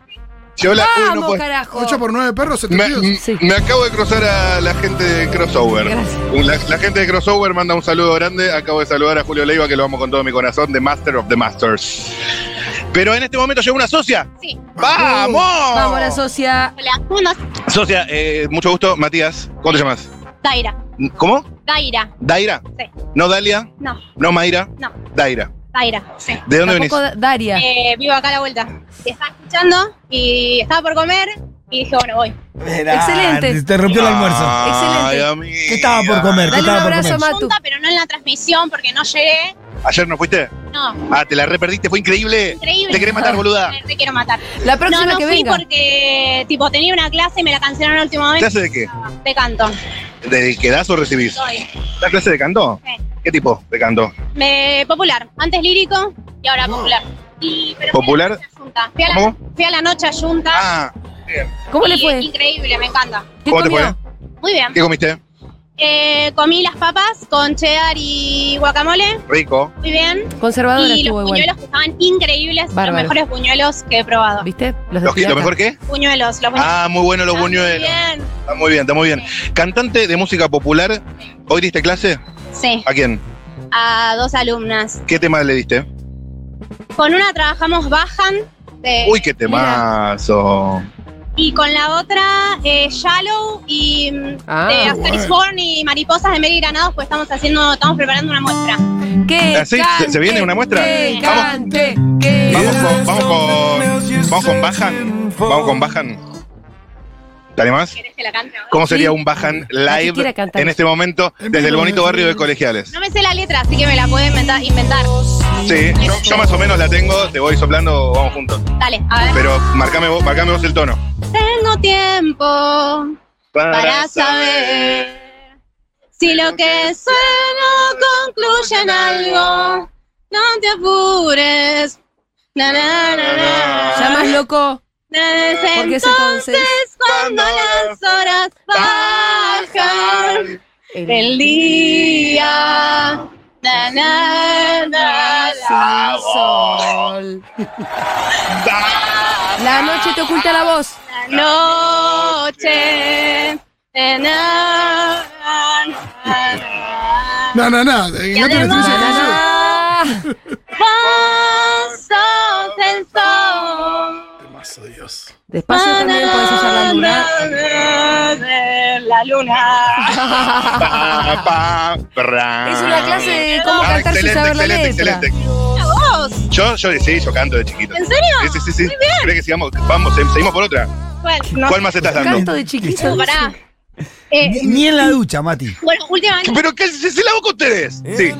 Speaker 4: Llegó la. pues. Uy,
Speaker 1: ¡Vamos,
Speaker 4: no puedo-
Speaker 1: carajo!
Speaker 2: Ocho por nueve perros,
Speaker 4: Me,
Speaker 2: 72.
Speaker 4: m-
Speaker 1: Sí.
Speaker 4: me acabo de cruzar a la gente de Crossover.
Speaker 1: Gracias.
Speaker 4: La, la gente de Crossover manda un saludo grande. Acabo de saludar a Julio Leiva, que lo amo con todo mi corazón, de Master of the Masters. Pero en este momento llegó una socia.
Speaker 7: Sí.
Speaker 4: ¡Vamos!
Speaker 1: Vamos, la socia.
Speaker 7: Hola, ¿cómo andás?
Speaker 4: Socia, eh, mucho gusto, Matías. ¿Cómo te llamas?
Speaker 7: Daira.
Speaker 4: ¿Cómo?
Speaker 7: Daira.
Speaker 4: ¿Daira?
Speaker 7: Sí.
Speaker 4: ¿No Dalia?
Speaker 7: No,
Speaker 4: ¿No Mayra?
Speaker 7: No.
Speaker 4: Daira.
Speaker 7: Daira. Sí.
Speaker 4: ¿De dónde venís?
Speaker 1: Tampoco da- Daria.
Speaker 7: Eh, vivo acá a la vuelta. Te estaba escuchando y estaba por comer y dije, bueno, voy.
Speaker 1: Excelente.
Speaker 3: Te rompió el almuerzo.
Speaker 4: Ay,
Speaker 1: Excelente.
Speaker 4: amiga.
Speaker 3: ¿Qué estaba por comer?
Speaker 1: Dale
Speaker 3: ¿Qué
Speaker 1: un
Speaker 3: estaba por
Speaker 1: abrazo a
Speaker 3: comer?
Speaker 1: Matu.
Speaker 7: Junta, pero no en la transmisión porque no llegué.
Speaker 4: ¿Ayer no fuiste?
Speaker 7: No,
Speaker 4: Ah, te la reperdiste, fue increíble.
Speaker 7: increíble.
Speaker 4: Te querés matar, boluda.
Speaker 7: Me re quiero matar.
Speaker 1: La próxima
Speaker 7: no, no
Speaker 1: que
Speaker 7: fui
Speaker 1: venga.
Speaker 7: porque, tipo, tenía una clase y me la cancelaron al último momento.
Speaker 4: ¿Clase de qué?
Speaker 7: De canto.
Speaker 4: ¿De qué das o recibís?
Speaker 7: Soy
Speaker 4: ¿La clase de canto?
Speaker 7: Sí.
Speaker 4: ¿Qué tipo de canto?
Speaker 7: me, popular. Antes lírico y ahora popular. Y, pero
Speaker 4: ¿Popular?
Speaker 7: Fui a la noche a Junta. Fui a la,
Speaker 4: ¿Cómo?
Speaker 7: fui a la noche a Junta.
Speaker 4: Ah,
Speaker 1: ¿Cómo le
Speaker 7: y
Speaker 1: fue?
Speaker 7: Increíble, me encanta.
Speaker 1: ¿Qué
Speaker 4: ¿cómo te fue?
Speaker 1: comió?
Speaker 7: Muy bien.
Speaker 4: ¿qué comiste?
Speaker 7: Eh, comí las papas con cheddar y guacamole,
Speaker 4: Rico.
Speaker 7: muy bien.
Speaker 1: Conservadora
Speaker 7: y los
Speaker 1: estuvo igual.
Speaker 7: puñuelos que estaban increíbles,
Speaker 1: Bárbaro.
Speaker 7: los mejores puñuelos que he probado.
Speaker 1: ¿Viste? Los de
Speaker 4: ¿Lo, que- lo
Speaker 1: pirata.
Speaker 4: mejor qué?
Speaker 7: Puñuelos, los puñuelos.
Speaker 4: Ah, muy bueno los
Speaker 7: estaban muy
Speaker 4: buñuelos.
Speaker 7: bien.
Speaker 4: Está muy bien, está muy bien. Cantante de música popular, ¿hoy diste clase?
Speaker 7: Sí,
Speaker 4: ¿A quién?
Speaker 7: a dos alumnas.
Speaker 4: ¿Qué tema le diste?
Speaker 7: Con una trabajamos bajan. de-
Speaker 4: Uy, qué temazo.
Speaker 7: Y con la otra, eh, Shallow y mm,
Speaker 1: Ah.
Speaker 7: de After is
Speaker 2: bueno.
Speaker 7: Born y Mariposas de Mary Granados, pues estamos haciendo, estamos preparando una muestra.
Speaker 1: Que
Speaker 4: Ah, sí, se-
Speaker 1: cante,
Speaker 4: se viene una muestra.
Speaker 1: Que
Speaker 4: Vamos.
Speaker 1: cante, que
Speaker 4: Vamos con, vamos con, vamos con Bajan. Vamos con Bajan. ¿Te animás?
Speaker 7: ¿Querés que la cante ahora?
Speaker 4: ¿Cómo sería
Speaker 1: Sí.
Speaker 4: un Bajan
Speaker 1: La que quiera
Speaker 4: live
Speaker 1: cantar.
Speaker 4: en este momento desde el bonito barrio de Colegiales?
Speaker 7: No me sé la letra, así que me la puedo inventa- inventar.
Speaker 4: Sí, yo, yo más o menos la tengo, te voy soplando, vamos juntos.
Speaker 7: Dale, a ver.
Speaker 4: Pero marcame vos, marcame vos el tono.
Speaker 7: Tengo tiempo para saber si lo que sueno concluye en algo. No te apures. Na, na, na, na.
Speaker 1: Llamas loco,
Speaker 7: Na, es
Speaker 1: porque es
Speaker 7: entonces
Speaker 1: entonces
Speaker 7: cuando las horas bajan
Speaker 1: el
Speaker 7: del día. Na, na, na, na.
Speaker 1: sol. La noche te oculta la voz.
Speaker 7: La noche. Na, na, na, na.
Speaker 2: No, no, no. eh,
Speaker 7: Ya
Speaker 2: no
Speaker 7: te
Speaker 2: tenés tres
Speaker 7: voy.
Speaker 2: canciones.
Speaker 1: Ah,
Speaker 7: Vos sos el sol.
Speaker 2: Temazo, Dios.
Speaker 1: Despacio también puedes hallar la luna.
Speaker 7: De La luna.
Speaker 4: Pa, pa, pra.
Speaker 1: Es una clase de cómo
Speaker 4: Ah,
Speaker 1: cantar sin
Speaker 4: excelente,
Speaker 1: saber la
Speaker 4: excelente,
Speaker 1: letra.
Speaker 4: excelente.
Speaker 7: Vos.
Speaker 4: Yo, yo sí, yo canto de chiquito.
Speaker 7: ¿En serio?
Speaker 4: Sí, sí, sí. sí. ¿Crees que sigamos? Vamos, se- em, seguimos por otra.
Speaker 7: Bueno, pues, no.
Speaker 4: ¿Cuál más estás dando?
Speaker 1: Canto de chiquito.
Speaker 7: Pará. Eh,
Speaker 3: Ni, ni en la ducha, Mati.
Speaker 7: bueno, últimamente,
Speaker 4: ¿Pero qué? ¿Se, se la hago con ustedes? Sí.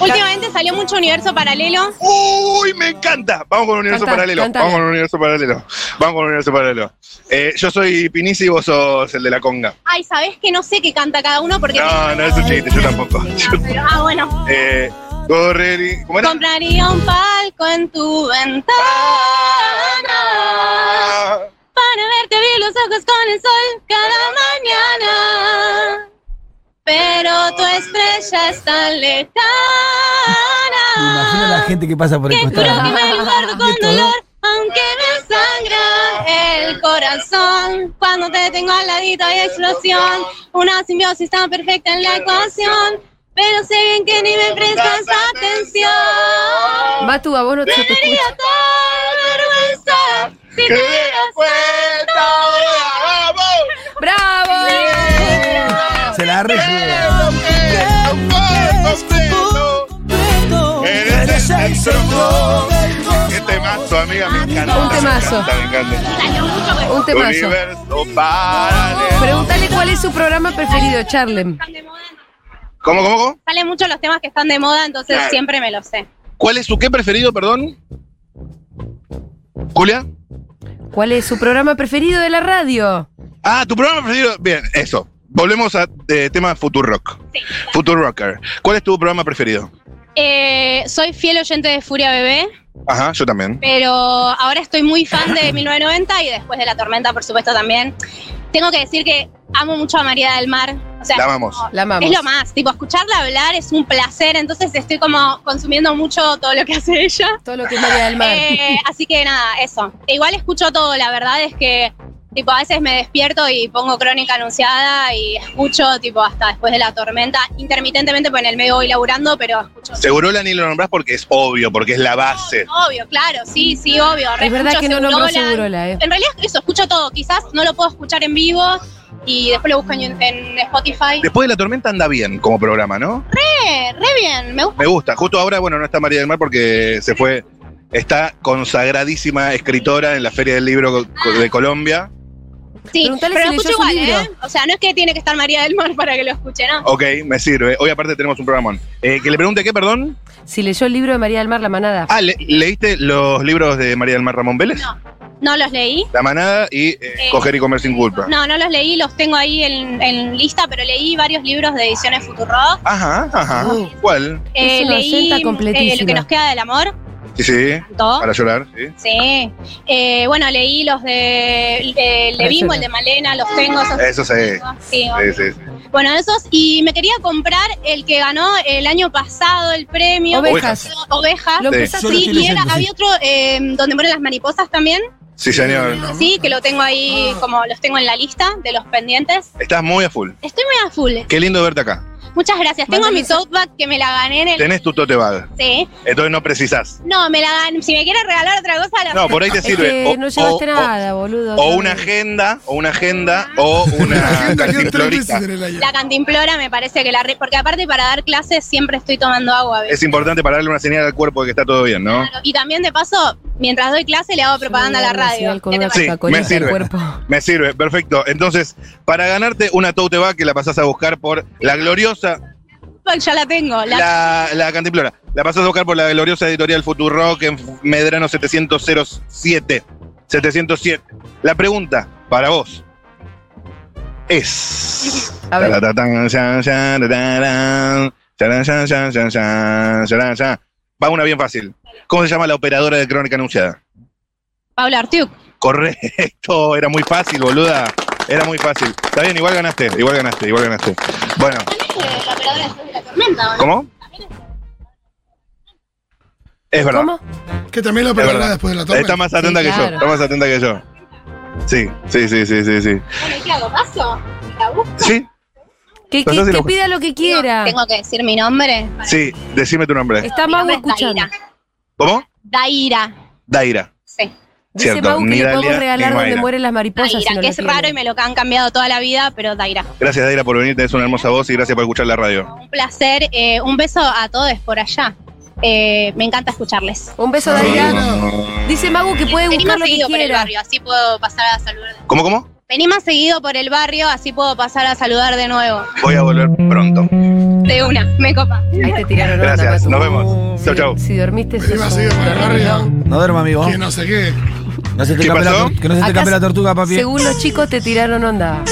Speaker 7: últimamente salió mucho universo paralelo.
Speaker 4: ¡Uy, me encanta! Vamos con un universo
Speaker 1: Cantá,
Speaker 4: paralelo.
Speaker 1: cantala.
Speaker 4: Vamos con un universo paralelo. Vamos con un universo paralelo. Eh, yo soy Pinisi y vos sos el de la conga.
Speaker 7: Ay, ¿sabés que no sé qué canta cada uno? Porque
Speaker 4: No, no es un chiste,
Speaker 7: (laughs)
Speaker 4: yo tampoco.
Speaker 7: Ah, pero- ah, bueno.
Speaker 4: Eh, corre, ¿cómo era?
Speaker 7: Compraría un palco en tu ventana
Speaker 4: Ah,
Speaker 7: para verte abrir los ojos con el sol cada mañana. Pero tu estrella es tan
Speaker 3: Me imagino a la
Speaker 7: lejana
Speaker 3: gente que pasa por el
Speaker 7: que juro
Speaker 3: costado.
Speaker 7: que me guardo con
Speaker 3: Esto, ¿no?
Speaker 7: dolor, aunque me sangra el corazón. Cuando te tengo al ladito hay explosión, una simbiosis tan perfecta en la ecuación. Pero sé bien que ni me prestas atención.
Speaker 1: Matu, a vos no te, se te
Speaker 7: Sería
Speaker 1: escucha.
Speaker 7: tal vergüenza si
Speaker 4: que
Speaker 7: te
Speaker 4: me
Speaker 7: dieras
Speaker 4: cuenta, ¡Vamos!
Speaker 1: eh. ¡Bravo!
Speaker 3: Se la recibe.
Speaker 4: Eres el centro. Qué temazo, amiga, me encanta.
Speaker 1: Un temazo.
Speaker 4: Me encanta, me encanta.
Speaker 1: Un temazo.
Speaker 4: Universo paralelo.
Speaker 1: Pregúntale cuál es su programa preferido, Charlem.
Speaker 7: Están de moda,
Speaker 4: ¿Cómo, cómo, cómo?
Speaker 7: Salen mucho los temas que están de moda, entonces
Speaker 4: Claro.
Speaker 7: siempre me los sé.
Speaker 4: ¿Cuál es su qué preferido, perdón? ¿Julia?
Speaker 1: ¿Cuál es su programa preferido de la radio?
Speaker 4: Ah, tu programa preferido. Bien, eso. Volvemos a eh, tema Future Rock.
Speaker 7: Sí.
Speaker 4: Future Rocker. ¿Cuál es tu programa preferido?
Speaker 7: Eh, soy fiel oyente de Furia Bebé,
Speaker 4: Ajá, yo también.
Speaker 7: pero ahora estoy muy fan
Speaker 4: (laughs)
Speaker 7: de 1990 y después de La Tormenta, por supuesto, también. Tengo que decir que amo mucho a María del Mar. O sea,
Speaker 4: La amamos.
Speaker 1: La amamos.
Speaker 7: Es lo más, tipo, escucharla hablar es un placer, entonces estoy como consumiendo mucho todo lo que hace ella.
Speaker 1: Todo lo que es María del Mar.
Speaker 7: (laughs) Eh, así que nada, eso. E Igual escucho todo, la verdad es que tipo a veces me despierto y pongo crónica anunciada y escucho tipo hasta después de la tormenta, intermitentemente pues en el medio voy laburando, pero escucho.
Speaker 4: Seguro la ni lo nombrás porque es obvio, porque es la base.
Speaker 7: Obvio, claro, sí, sí, obvio.
Speaker 1: Es verdad
Speaker 7: Reescucho
Speaker 1: que no nombró
Speaker 7: Segurola.
Speaker 1: Segurola, ¿eh?
Speaker 7: En realidad eso, escucho todo, quizás no lo puedo escuchar en vivo y después lo busco en, en Spotify.
Speaker 4: Después de la tormenta anda bien como programa, ¿no?
Speaker 7: Eh, re bien, me gusta.
Speaker 4: Me gusta. Justo ahora, bueno, no está María del Mar porque se fue. Está consagradísima escritora en la Feria del Libro co- de Colombia.
Speaker 7: Sí,
Speaker 1: Preguntale
Speaker 7: pero lo
Speaker 1: si leyó
Speaker 7: escucho
Speaker 1: su
Speaker 7: igual, ¿eh?
Speaker 1: libro.
Speaker 7: O sea, no es que tiene que estar María del Mar para que lo escuche, ¿no?
Speaker 4: Ok, me sirve. Hoy aparte tenemos un programón. Eh, que le pregunte qué, perdón.
Speaker 1: Si leyó el libro de María del Mar, La Manada.
Speaker 4: Ah, ¿le- ¿leíste los libros de María del Mar Ramón Vélez?
Speaker 7: No. No los leí.
Speaker 4: La manada y eh, coger y comer sin culpa.
Speaker 7: No, no los leí, los tengo ahí en, en lista, pero leí varios libros de ediciones Futurock.
Speaker 4: Ajá, ajá.
Speaker 1: Uh.
Speaker 4: ¿Cuál?
Speaker 7: Eh,
Speaker 1: una
Speaker 7: leí
Speaker 1: oyenta
Speaker 7: eh,
Speaker 1: completísima.
Speaker 7: Lo que nos queda del amor,
Speaker 4: Sí, sí.
Speaker 7: todo.
Speaker 4: Para llorar. sí.
Speaker 7: Sí. Eh, bueno, leí los de el de- el de
Speaker 1: Para
Speaker 7: Bimbo,
Speaker 1: llorar.
Speaker 7: el de Malena, los tengo. Esos
Speaker 4: Eso sí.
Speaker 7: Sí,
Speaker 4: Sí, sí, sí.
Speaker 7: Bueno, esos. Y me quería comprar el que ganó el año pasado el premio.
Speaker 1: Ovejas.
Speaker 7: Ovejas.
Speaker 1: Lo
Speaker 4: Sí.
Speaker 1: empezaste.
Speaker 3: Yo lo
Speaker 7: Sí,
Speaker 3: estoy
Speaker 7: y era,
Speaker 3: leyendo, sí.
Speaker 7: había otro eh, donde mueren las mariposas también,
Speaker 4: Sí, señor.
Speaker 7: sí, que lo tengo ahí, como los tengo en la lista de los pendientes.
Speaker 4: Estás muy a full.
Speaker 7: Estoy muy a full,
Speaker 4: Qué lindo verte acá.
Speaker 7: Muchas gracias. Tengo mi tote bag que me la gané en el.
Speaker 4: Tenés tu tote bag.
Speaker 7: Sí.
Speaker 4: Entonces no precisás.
Speaker 7: No, me la gané. Si me quieres regalar otra cosa, la
Speaker 4: No, por ahí te
Speaker 1: Es
Speaker 4: sirve.
Speaker 1: que no llevaste nada, boludo.
Speaker 4: o una agenda, o una agenda, o
Speaker 2: La
Speaker 4: una
Speaker 2: agenda quedó tres
Speaker 4: cantimplorista.
Speaker 2: veces en el aire.
Speaker 7: la cantimplora me parece que la. re- Porque aparte, para dar clases siempre estoy tomando agua. ¿ves?
Speaker 4: Es importante para darle una señal al cuerpo de que está todo bien, ¿no?
Speaker 7: Claro. Y también, de paso, mientras doy clase, le hago propaganda a la radio.
Speaker 1: Con
Speaker 7: ¿Qué te
Speaker 1: una
Speaker 7: parece?
Speaker 4: Sí,
Speaker 1: Coca-Cola
Speaker 4: me
Speaker 1: en el
Speaker 4: sirve.
Speaker 1: cuerpo.
Speaker 4: Me sirve, perfecto. Entonces, para ganarte una tote bag que la pasás a buscar por la gloriosa
Speaker 7: Pues Ya la tengo. La,
Speaker 4: La, la Cantimplora. La pasas a buscar por la gloriosa editorial Futurock en Medrano 707. 707. La pregunta para vos es.
Speaker 1: A ver.
Speaker 4: Taratatán, shan, shan, tararán, sharán, shan, shan, shan, shan, sharán, shan. Va una bien fácil. ¿Cómo se llama la operadora de crónica anunciada?
Speaker 7: Paula Artiuk.
Speaker 4: Correcto, era muy fácil, boluda. Era muy fácil. Está bien, igual ganaste, igual ganaste, igual ganaste. Bueno,
Speaker 7: La operadora de la tormenta,
Speaker 4: ¿cómo? Es verdad.
Speaker 1: ¿Cómo?
Speaker 2: Que también lo
Speaker 4: Es
Speaker 2: operará
Speaker 4: verdad.
Speaker 2: después de la
Speaker 4: Está
Speaker 2: tormenta.
Speaker 4: más atenta
Speaker 1: Sí,
Speaker 4: que yo,
Speaker 1: claro.
Speaker 4: está más atenta que yo. Sí, sí, sí, sí, sí, sí.
Speaker 7: Bueno, ¿y qué hago? ¿Paso? ¿La busco?
Speaker 4: Sí,
Speaker 1: Que,
Speaker 4: Pasá
Speaker 1: que-
Speaker 4: si
Speaker 1: que
Speaker 4: lo-
Speaker 1: pida lo que quiera.
Speaker 7: Tengo que decir mi nombre.
Speaker 4: sí, decime tu nombre.
Speaker 1: Está
Speaker 7: Mi
Speaker 1: Mau
Speaker 7: nombre es
Speaker 1: escuchando.
Speaker 7: Daira.
Speaker 4: ¿Cómo?
Speaker 7: Daira.
Speaker 4: Daira.
Speaker 7: Sí.
Speaker 1: Dice
Speaker 4: Cierto,
Speaker 1: Mau que
Speaker 4: ni
Speaker 1: le podemos
Speaker 4: Dalia,
Speaker 1: regalar
Speaker 4: ni
Speaker 1: donde
Speaker 4: Mayra.
Speaker 1: mueren las mariposas. si
Speaker 7: Daira,
Speaker 1: no
Speaker 7: que
Speaker 1: lo
Speaker 7: es
Speaker 1: tiene.
Speaker 7: raro y me lo han cambiado toda la vida, pero Daira.
Speaker 4: Gracias, Daira, por venir. Tenés una hermosa voz y gracias por escuchar la radio.
Speaker 7: Un placer, eh, un beso a todos por allá. Eh, me encanta escucharles.
Speaker 1: Un beso,
Speaker 2: Ah,
Speaker 1: Daira.
Speaker 2: bueno.
Speaker 1: Dice Magu que puede
Speaker 7: Venimos
Speaker 1: buscar lo que
Speaker 7: seguido por el
Speaker 1: quiera.
Speaker 7: barrio, así puedo pasar a saludar.
Speaker 4: ¿Cómo, cómo?
Speaker 7: Vení más seguido por el barrio, así puedo pasar a saludar de nuevo.
Speaker 4: Voy a volver pronto. (laughs)
Speaker 7: De una, me copa.
Speaker 1: Ahí te tiraron onda,
Speaker 4: Gracias,
Speaker 1: Paco.
Speaker 4: nos vemos. Chau, chau.
Speaker 1: Si dormiste,
Speaker 2: Iba a
Speaker 1: sos
Speaker 2: seguir
Speaker 1: un
Speaker 2: para el
Speaker 1: dormido.
Speaker 2: barrio.
Speaker 3: No duerma, amigo.
Speaker 2: Que no sé qué.
Speaker 3: No se te
Speaker 4: ¿Qué
Speaker 3: escape la,
Speaker 4: pasó?
Speaker 3: tor- que no Pues se te
Speaker 1: Acá
Speaker 3: escape la tortuga, papi.
Speaker 1: Según los chicos, te tiraron onda.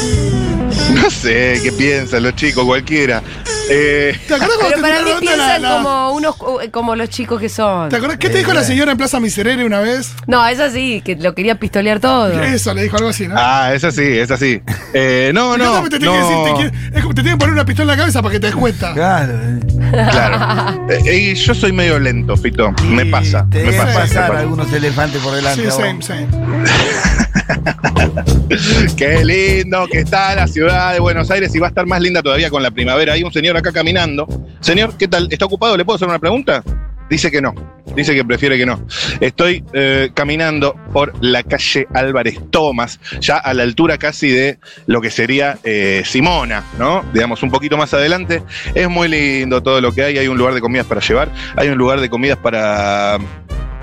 Speaker 4: No sé qué piensan los chicos, cualquiera. Eh,
Speaker 2: ¿Te acuerdas
Speaker 1: Pero
Speaker 2: cuando te
Speaker 1: para mí
Speaker 2: tiraron onda la-
Speaker 1: piensan
Speaker 2: la-
Speaker 1: como unos eh, como los chicos que son.
Speaker 2: ¿Te acuerdas qué te dijo
Speaker 4: Eh,
Speaker 2: la señora en Plaza Miserere una vez?
Speaker 1: No, es así, que lo quería pistolear todo.
Speaker 2: Eso, le dijo algo así, ¿no?
Speaker 4: ah, es así, es así. Eh, no,
Speaker 2: Acá
Speaker 4: no.
Speaker 2: también te tienen que decir,
Speaker 4: no.
Speaker 2: te quiere- es como te tienen que poner una pistola en la cabeza para que te des cuenta.
Speaker 3: Claro.
Speaker 4: Claro. Eh, y yo soy medio lento, Fito. Me pasa.
Speaker 3: Te
Speaker 4: Me
Speaker 3: deben
Speaker 4: pasa. me
Speaker 3: pasar
Speaker 4: pasa.
Speaker 3: algunos elefantes por delante.
Speaker 2: Sí,
Speaker 3: a vos.
Speaker 2: same, same.
Speaker 4: (laughs) Qué lindo que está la ciudad de Buenos Aires y va a estar más linda todavía con la primavera. Hay un señor acá caminando. Señor, ¿qué tal? ¿Está ocupado? ¿Le puedo hacer una pregunta? Dice que no. Dice que prefiere que no. Estoy eh, caminando por la calle Álvarez Tomás, ya a la altura casi de lo que sería eh, Simona, ¿no? Digamos, un poquito más adelante. Es muy lindo todo lo que hay. Hay un lugar de comidas para llevar, hay un lugar de comidas para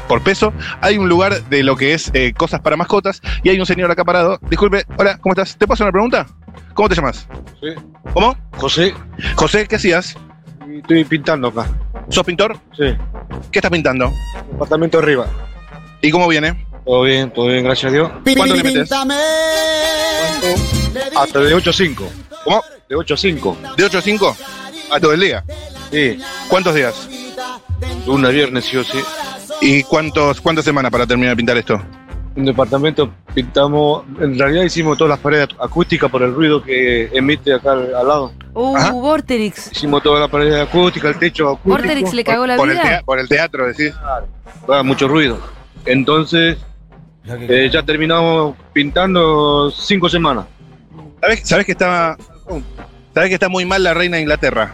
Speaker 4: por peso, hay un lugar de lo que es eh, cosas para mascotas y hay un señor acá parado. Disculpe, hola, ¿cómo estás? ¿Te paso una pregunta? ¿Cómo te llamas?
Speaker 8: Sí.
Speaker 4: ¿Cómo?
Speaker 8: José,
Speaker 4: José, ¿qué hacías?
Speaker 8: estoy pintando acá.
Speaker 4: ¿Sos pintor?
Speaker 8: Sí.
Speaker 4: ¿Qué estás pintando?
Speaker 8: Apartamento arriba.
Speaker 4: ¿Y cómo viene?
Speaker 8: Todo bien, todo bien, gracias a Dios.
Speaker 4: ¿Cuánto le metes?
Speaker 8: Hasta de 8 a 5.
Speaker 4: ¿Cómo?
Speaker 8: De 8 a 5.
Speaker 4: ¿De 8 a 5? ¿A todo el día?
Speaker 8: Sí.
Speaker 4: ¿Cuántos días?
Speaker 8: Lunes, a viernes, sí o sí.
Speaker 4: ¿Y cuántos, cuántas semanas para terminar de pintar esto?
Speaker 8: Un departamento pintamos. En realidad hicimos todas las paredes acústicas por el ruido que emite acá al, al lado.
Speaker 1: Uh,
Speaker 4: Ajá.
Speaker 1: Vorterix.
Speaker 8: Hicimos todas las paredes acústicas, el techo acústico.
Speaker 1: Vorterix le cagó la
Speaker 4: por, El
Speaker 1: vida.
Speaker 4: tea- por el teatro, decís.
Speaker 8: Ah, mucho ruido. Entonces,
Speaker 3: Ya que-
Speaker 8: eh, ya terminamos pintando 5 semanas.
Speaker 4: ¿Sabés, sabés que estaba... ¿Sabés que está muy mal la reina de Inglaterra?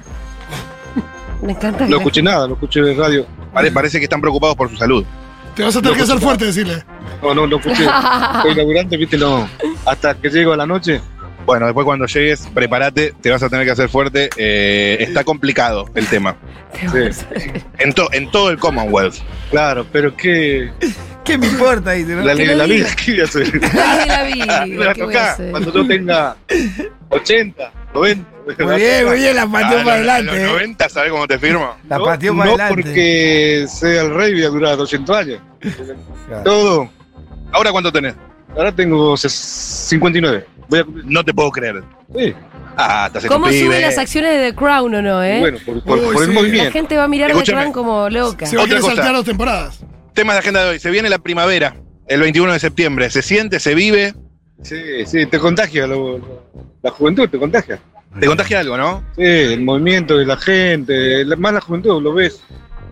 Speaker 1: Me encanta. que la-
Speaker 8: No escuché nada, no escuché de radio.
Speaker 4: Pare- parece que están preocupados por su salud.
Speaker 2: Te vas a tener que hacer fuerte, decirle.
Speaker 8: No, no, no
Speaker 1: (laughs)
Speaker 8: escuché. Soy laburante, viste, no. Hasta que llego a la noche,
Speaker 4: Bueno, después cuando llegues, prepárate, te vas a tener que hacer fuerte. eh, está complicado el tema.
Speaker 1: Te (laughs) vas a-
Speaker 4: En, to- en todo el Commonwealth.
Speaker 8: claro, pero qué.
Speaker 3: ¿Qué me importa? Dice, ¿no?
Speaker 8: La
Speaker 1: Que
Speaker 8: ley de
Speaker 1: lo
Speaker 8: la
Speaker 1: diga.
Speaker 8: vida, (laughs) ¿qué voy a hacer? Ah,
Speaker 1: Dale la vida,
Speaker 8: (laughs) Me la
Speaker 1: ¿qué voy a
Speaker 8: tocá
Speaker 1: hacer?
Speaker 8: cuando yo tenga 80, 90.
Speaker 3: (laughs) Muy
Speaker 8: (laughs)
Speaker 3: bien, muy bien, la pateó para
Speaker 4: Ah, no, no,
Speaker 3: adelante.
Speaker 4: Los
Speaker 3: eh.
Speaker 4: 90, ¿sabes cómo te firmo?
Speaker 3: La
Speaker 8: No,
Speaker 3: pateó
Speaker 8: no
Speaker 3: para adelante.
Speaker 8: porque sea el rey, voy a durar 200 años.
Speaker 3: Claro.
Speaker 8: Todo.
Speaker 4: ¿Ahora cuánto tenés?
Speaker 8: Ahora tengo ses- 59. Voy a cumplir.
Speaker 4: No te puedo creer.
Speaker 8: Sí,
Speaker 1: ¿Eh?
Speaker 4: Ah, estás hecho
Speaker 1: ¿Cómo
Speaker 4: pibe.
Speaker 1: suben las acciones de The Crown o no, eh?
Speaker 8: bueno, por, por-
Speaker 2: Uy,
Speaker 8: por
Speaker 2: sí.
Speaker 8: el
Speaker 1: La
Speaker 8: movimiento.
Speaker 1: gente va a mirar The
Speaker 4: Escúchame.
Speaker 1: Crown como loca.
Speaker 2: Se va a
Speaker 4: Otra
Speaker 2: querer
Speaker 4: cosa.
Speaker 2: saltar dos temporadas. Eh,
Speaker 4: Temas de agenda de hoy. Se viene la primavera, el 21 de septiembre. Se siente, se vive.
Speaker 8: Sí, sí, te contagia. lo- lo- la juventud te contagia.
Speaker 4: Te contagia algo, ¿no?
Speaker 8: Sí, el movimiento de la gente, la- más la juventud, lo ves.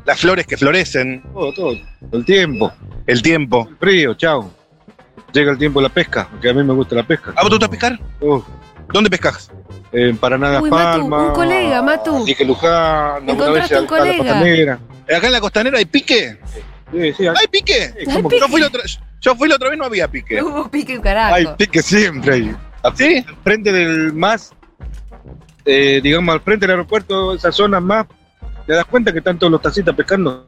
Speaker 4: Las flores que florecen,
Speaker 8: Todo, todo. El tiempo,
Speaker 4: el tiempo.
Speaker 8: el frío, chao. Llega el tiempo de la pesca, porque a mí me gusta la pesca.
Speaker 4: ¿Ah, vos te gusta pescar?
Speaker 8: Uh,
Speaker 4: ¿Dónde pescas?
Speaker 8: en Paraná, Las
Speaker 1: Uy, Matu,
Speaker 8: Palmas.
Speaker 1: un colega, Matu.
Speaker 8: Dije Luján, alguna vez
Speaker 1: Encontraste un
Speaker 8: a, a la
Speaker 1: colega.
Speaker 8: Costanera.
Speaker 4: Acá en la costanera hay pique.
Speaker 8: Sí, sí, hay,
Speaker 4: ¿Hay pique?
Speaker 8: sí, ¿cómo
Speaker 1: Hay
Speaker 8: que-
Speaker 4: Yo fui la otra, yo fui la otra vez, no había pique.
Speaker 1: Hubo (laughs) pique y carajo.
Speaker 8: hay pique siempre ahí. Al-
Speaker 4: ¿Sí?
Speaker 8: Al frente del más, eh, digamos, al frente del aeropuerto, esa zona más, ¿te das cuenta que están todos los tacitas pescando?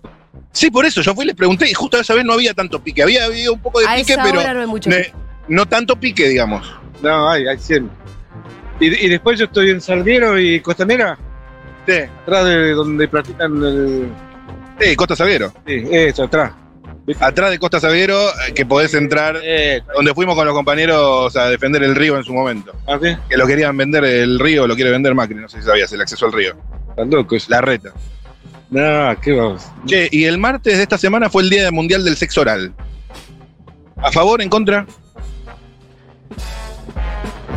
Speaker 4: Sí, por eso. Yo fui y les pregunté y justo esa vez no había tanto pique. Había habido un poco de
Speaker 1: a
Speaker 4: pique,
Speaker 1: esa
Speaker 4: pero
Speaker 1: hora no hay mucho.
Speaker 4: ne- no tanto pique, digamos.
Speaker 8: No, hay, hay siempre. Y, y después yo estoy en Sardero y Costanera,
Speaker 4: Sí,
Speaker 8: atrás de donde practican el...
Speaker 4: sí Costa Salguero.
Speaker 8: Sí, eso, atrás.
Speaker 4: Atrás de Costa Salguero, eh, que podés entrar
Speaker 8: Eh,
Speaker 4: donde fuimos con los compañeros a defender el río en su momento.
Speaker 8: así,
Speaker 4: Que lo querían vender el río, lo quiere vender Macri, no sé si sabías, el acceso al río.
Speaker 8: están locos.
Speaker 4: La reta.
Speaker 8: No, qué vamos.
Speaker 4: Che, y el martes de esta semana fue el Día Mundial del Sexo Oral. ¿A favor, en contra?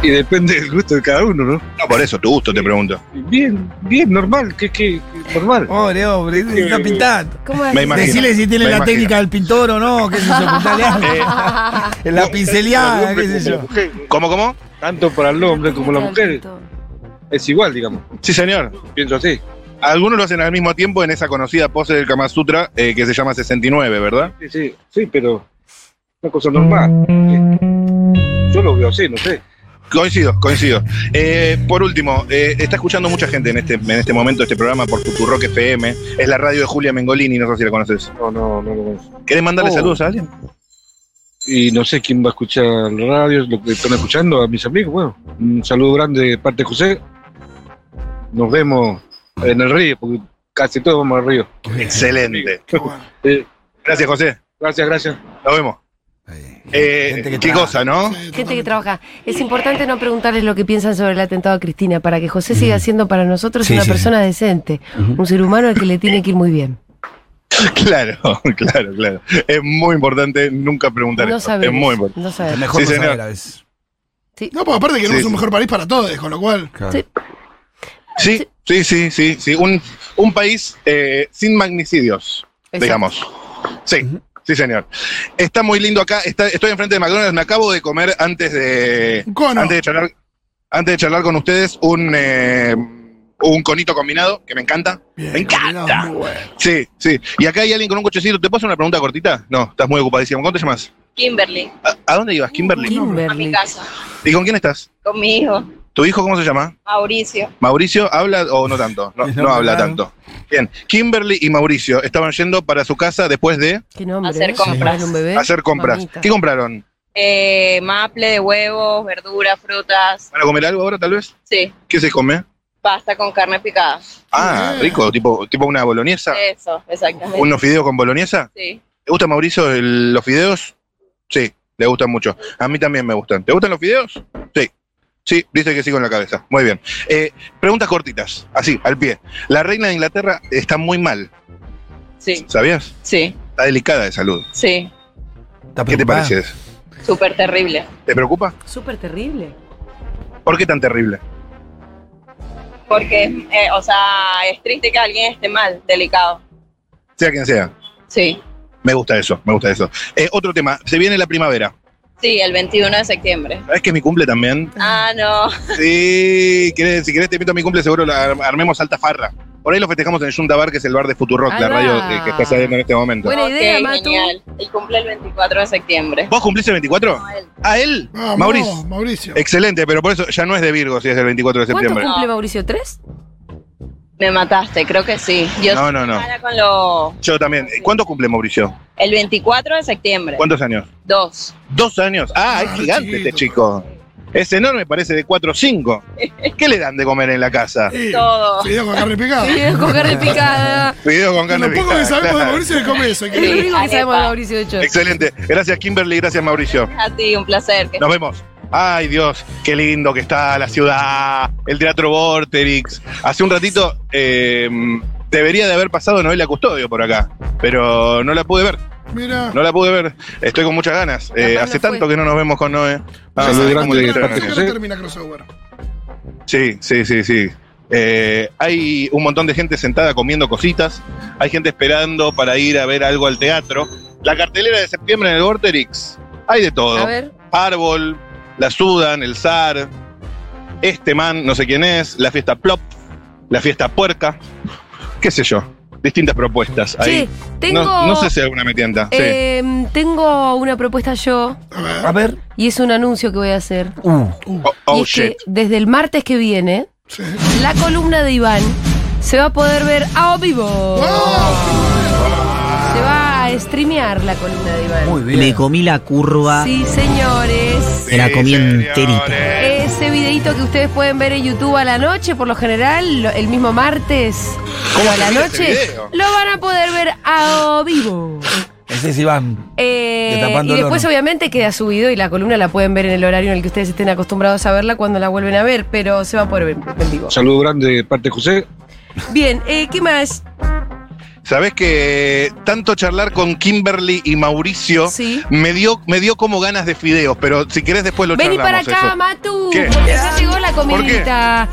Speaker 8: Y depende del gusto de cada uno, ¿no?
Speaker 4: No, por eso, tu gusto, te pregunto.
Speaker 8: Bien, bien, normal, que, que, que normal.
Speaker 3: Pobre hombre, dice, está pintando.
Speaker 1: ¿Cómo es?
Speaker 4: Me imagino.
Speaker 3: Decirle si tiene
Speaker 4: me
Speaker 3: la
Speaker 4: imagino.
Speaker 3: técnica del pintor o no, qué sé yo, pintale algo. En la pinceleada, qué sé yo.
Speaker 4: ¿Cómo, cómo?
Speaker 8: Tanto para el hombre como la mujer es igual, digamos.
Speaker 4: Sí, señor.
Speaker 8: Pienso así.
Speaker 4: Algunos lo hacen al mismo tiempo en esa conocida pose del Kama Sutra eh, que se llama 69, ¿verdad?
Speaker 8: Sí, sí, sí, pero una cosa normal. Sí. Yo lo veo así, no sé.
Speaker 4: Coincido, coincido. Eh, por último, eh, está escuchando mucha gente en este, en este momento este programa por Futurock FM. Es la radio de Julia Mengolini, no sé si la conoces.
Speaker 8: No, no, no lo conozco.
Speaker 4: ¿Querés mandarle
Speaker 8: Oh.
Speaker 4: saludos a alguien?
Speaker 8: y no sé quién va a escuchar radios, lo que están escuchando, a mis amigos. Bueno, un saludo grande de parte de José. Nos vemos en el río, porque casi todos vamos al río.
Speaker 4: Excelente.
Speaker 2: Qué bueno.
Speaker 8: Eh,
Speaker 4: Gracias, José.
Speaker 8: gracias, gracias.
Speaker 4: Nos vemos.
Speaker 3: Ahí.
Speaker 4: Eh,
Speaker 3: Gente que
Speaker 4: qué
Speaker 3: trabaja.
Speaker 4: cosa, ¿no?
Speaker 1: Gente que trabaja. Es importante no preguntarles lo que piensan sobre el atentado a Cristina para que José siga siendo para nosotros
Speaker 3: Sí,
Speaker 1: una
Speaker 3: sí,
Speaker 1: persona decente, un ser humano al que le tiene que ir muy bien.
Speaker 4: (laughs) Claro, claro, claro. Es muy importante nunca preguntar
Speaker 1: No
Speaker 4: eso.
Speaker 1: sabemos.
Speaker 4: Es muy importante.
Speaker 1: No
Speaker 3: Es
Speaker 1: sabemos.
Speaker 3: mejor
Speaker 4: Sí,
Speaker 3: no
Speaker 4: señor.
Speaker 3: saber a veces.
Speaker 2: No, pues aparte queremos
Speaker 4: Sí,
Speaker 2: un
Speaker 4: sí.
Speaker 2: mejor país para todos, con lo cual.
Speaker 3: Claro.
Speaker 1: Sí.
Speaker 4: Sí, sí, sí, sí, sí. Un, un país eh, sin magnicidios,
Speaker 1: Exacto.
Speaker 4: digamos. Sí, sí, señor. Está muy lindo acá. Está- estoy enfrente de McDonald's. Me acabo de comer antes de.
Speaker 2: Un cono.
Speaker 4: Antes de charlar, antes de charlar con ustedes, un, eh, un conito combinado que me encanta.
Speaker 2: Bien,
Speaker 4: Me encanta.
Speaker 2: muy bueno.
Speaker 4: Sí, sí. Y acá hay alguien con un cochecito. ¿Te puedo hacer una pregunta cortita? No, estás muy ocupadísimo. ¿Cómo te llamas?
Speaker 7: Kimberly,
Speaker 4: ¿A, a dónde ibas, Kimberly?
Speaker 7: a mi
Speaker 1: Kimberly.
Speaker 7: casa,
Speaker 4: ¿Y con quién estás?
Speaker 7: con mi hijo,
Speaker 4: ¿Tu hijo cómo se llama?
Speaker 7: Mauricio.
Speaker 4: Mauricio habla o no tanto, no, no habla
Speaker 3: Claro.
Speaker 4: tanto. Bien, Kimberly y Mauricio estaban yendo para su casa después de
Speaker 1: Qué nombre.
Speaker 7: Hacer
Speaker 1: ¿eh?
Speaker 7: compras.
Speaker 1: Para un bebé.
Speaker 4: hacer compras.
Speaker 1: Mamita.
Speaker 4: ¿Qué compraron?
Speaker 7: Eh, maple de huevos, verduras, frutas,
Speaker 4: ¿Van a comer algo ahora tal vez?
Speaker 7: sí,
Speaker 4: ¿Qué se come?
Speaker 7: pasta con carne picada.
Speaker 4: Ah,
Speaker 2: Bien.
Speaker 4: rico, tipo, tipo una boloñesa,
Speaker 1: Eh,
Speaker 7: Eso, exactamente.
Speaker 4: unos fideos con boloñesa.
Speaker 7: Sí,
Speaker 4: ¿Te gusta Mauricio el- los fideos? Sí, le gustan mucho. A mí también me gustan. ¿Te gustan los fideos? Sí. Sí, dice que sí con la cabeza. Muy bien. Eh, preguntas cortitas, así, al pie. La reina de Inglaterra está muy mal,
Speaker 7: sí,
Speaker 4: ¿sabías?
Speaker 7: sí,
Speaker 4: Está delicada de salud.
Speaker 7: sí,
Speaker 3: ¿Está
Speaker 4: ¿Qué te
Speaker 3: preocupada?
Speaker 4: parece? eso?
Speaker 7: súper terrible.
Speaker 4: ¿Te preocupa?
Speaker 1: Súper terrible.
Speaker 4: ¿Por qué tan terrible?
Speaker 7: Porque, eh, o sea, es triste que alguien esté mal, delicado.
Speaker 4: Sea quien sea.
Speaker 7: Sí,
Speaker 4: Me gusta eso, me gusta eso. Eh, otro tema, se viene la primavera.
Speaker 7: sí, el 21 de septiembre.
Speaker 4: ¿Sabes que es mi cumple también?
Speaker 7: Ah, no.
Speaker 4: Sí, ¿querés- si querés te invito a mi cumple, seguro la ar- armemos alta farra. Por ahí lo festejamos en Junta Bar, que es el bar de Futurock,
Speaker 1: Ahí
Speaker 4: la
Speaker 1: va.
Speaker 4: radio eh, que está saliendo en este momento.
Speaker 1: Buena
Speaker 7: Ok,
Speaker 1: idea, Matu.
Speaker 7: genial. Él cumple el 24 de septiembre.
Speaker 4: ¿Vos cumplís el 24?
Speaker 7: No, él.
Speaker 4: ¿A él?
Speaker 2: Vamos,
Speaker 4: Mauricio.
Speaker 2: Mauricio.
Speaker 4: Excelente, pero por eso ya no es de Virgo si es el 24 de
Speaker 1: ¿Cuánto
Speaker 4: septiembre.
Speaker 1: cumple Mauricio? ¿Tres?
Speaker 7: Me mataste, creo que sí. Yo
Speaker 4: No, no, no.
Speaker 7: Para con lo,
Speaker 4: Yo también. Eh, ¿Cuánto cumple Mauricio?
Speaker 7: el 24 de septiembre.
Speaker 4: ¿Cuántos años?
Speaker 7: Dos.
Speaker 4: Dos años. Ah, es
Speaker 2: Ah,
Speaker 4: gigante este
Speaker 2: chiquito.
Speaker 4: chico. Es enorme, parece de 4 o 5. ¿Qué le dan de comer en la casa?
Speaker 2: Eh,
Speaker 7: Todo.
Speaker 2: Fideo con carne picada.
Speaker 1: Bien, con
Speaker 4: (laughs)
Speaker 1: carne picada.
Speaker 4: Video con carne
Speaker 2: Lo poco
Speaker 4: picada,
Speaker 2: que sabemos de
Speaker 4: claro.
Speaker 2: Mauricio es que come eso. hay
Speaker 1: Es
Speaker 2: que-
Speaker 1: lo único que
Speaker 7: Arepa.
Speaker 1: sabemos de Mauricio de hecho.
Speaker 4: Excelente. Gracias Kimberly, gracias Mauricio.
Speaker 7: A ti, un placer. Que
Speaker 4: Nos vemos. Ay Dios, qué lindo que está la ciudad, el Teatro Vorterix. Hace un ratito eh, debería de haber pasado Noelia Custodio por acá, pero no la pude ver,
Speaker 2: Mira.
Speaker 4: no la pude ver. Estoy con muchas ganas. Eh,
Speaker 1: Capaz no
Speaker 4: hace
Speaker 1: fue.
Speaker 4: tanto que no nos vemos con Noé.
Speaker 2: Ya
Speaker 8: Ah, lo
Speaker 2: sabe,
Speaker 8: grande
Speaker 2: más
Speaker 8: que
Speaker 2: temprano,
Speaker 8: parte
Speaker 2: creo que
Speaker 8: José.
Speaker 2: no termina crossover.
Speaker 4: Sí, sí, sí, sí. Eh, hay un montón de gente sentada comiendo cositas. Hay gente esperando para ir a ver algo al teatro. La cartelera de septiembre en el Vorterix. Hay de todo.
Speaker 1: A ver.
Speaker 4: Árbol, La Sudan, El Zar, Este Man, no sé quién es, La Fiesta Plop, La Fiesta Puerca, qué sé yo. Distintas propuestas ahí.
Speaker 1: Che, tengo.
Speaker 4: no, no sé si alguna me tienta. sí.
Speaker 1: em, tengo una propuesta yo
Speaker 2: A ver.
Speaker 3: A ver.
Speaker 1: y es un anuncio que voy a hacer.
Speaker 3: Uh,
Speaker 4: Oh, oh,
Speaker 1: y es
Speaker 4: shit.
Speaker 1: que desde el martes que viene,
Speaker 2: Sí.
Speaker 1: la columna de Iván se va a poder ver a vivo. Se va a streamear la columna de Iván.
Speaker 3: muy bien.
Speaker 9: Me comí la curva.
Speaker 1: Sí, señores.
Speaker 9: Me la comí
Speaker 4: Sí,
Speaker 9: enterita.
Speaker 4: señores.
Speaker 1: Ese videito que ustedes pueden ver en YouTube a la noche, por lo general, lo- el mismo martes o a la
Speaker 4: mira ese
Speaker 1: noche,
Speaker 4: video?
Speaker 1: lo van a poder ver a vivo.
Speaker 3: Ese es Iván.
Speaker 1: Eh,
Speaker 3: De tapando
Speaker 1: y
Speaker 3: el
Speaker 1: después
Speaker 3: horno.
Speaker 1: obviamente queda subido y la columna la pueden ver en el horario en el que ustedes estén acostumbrados a verla cuando la vuelven a ver, pero se va a poder ver en vivo.
Speaker 8: Un saludo grande de parte de José.
Speaker 1: Bien, eh, ¿qué más?
Speaker 4: Sabés que tanto charlar con Kimberly y Mauricio
Speaker 1: Sí.
Speaker 4: me dio, me dio como ganas de fideos, pero si querés después lo
Speaker 1: Vení para
Speaker 4: charlamos
Speaker 1: acá,
Speaker 4: eso.
Speaker 1: Matu,
Speaker 4: ¿Qué?
Speaker 1: porque ya llegó la
Speaker 4: ¿Por qué?
Speaker 1: comidita.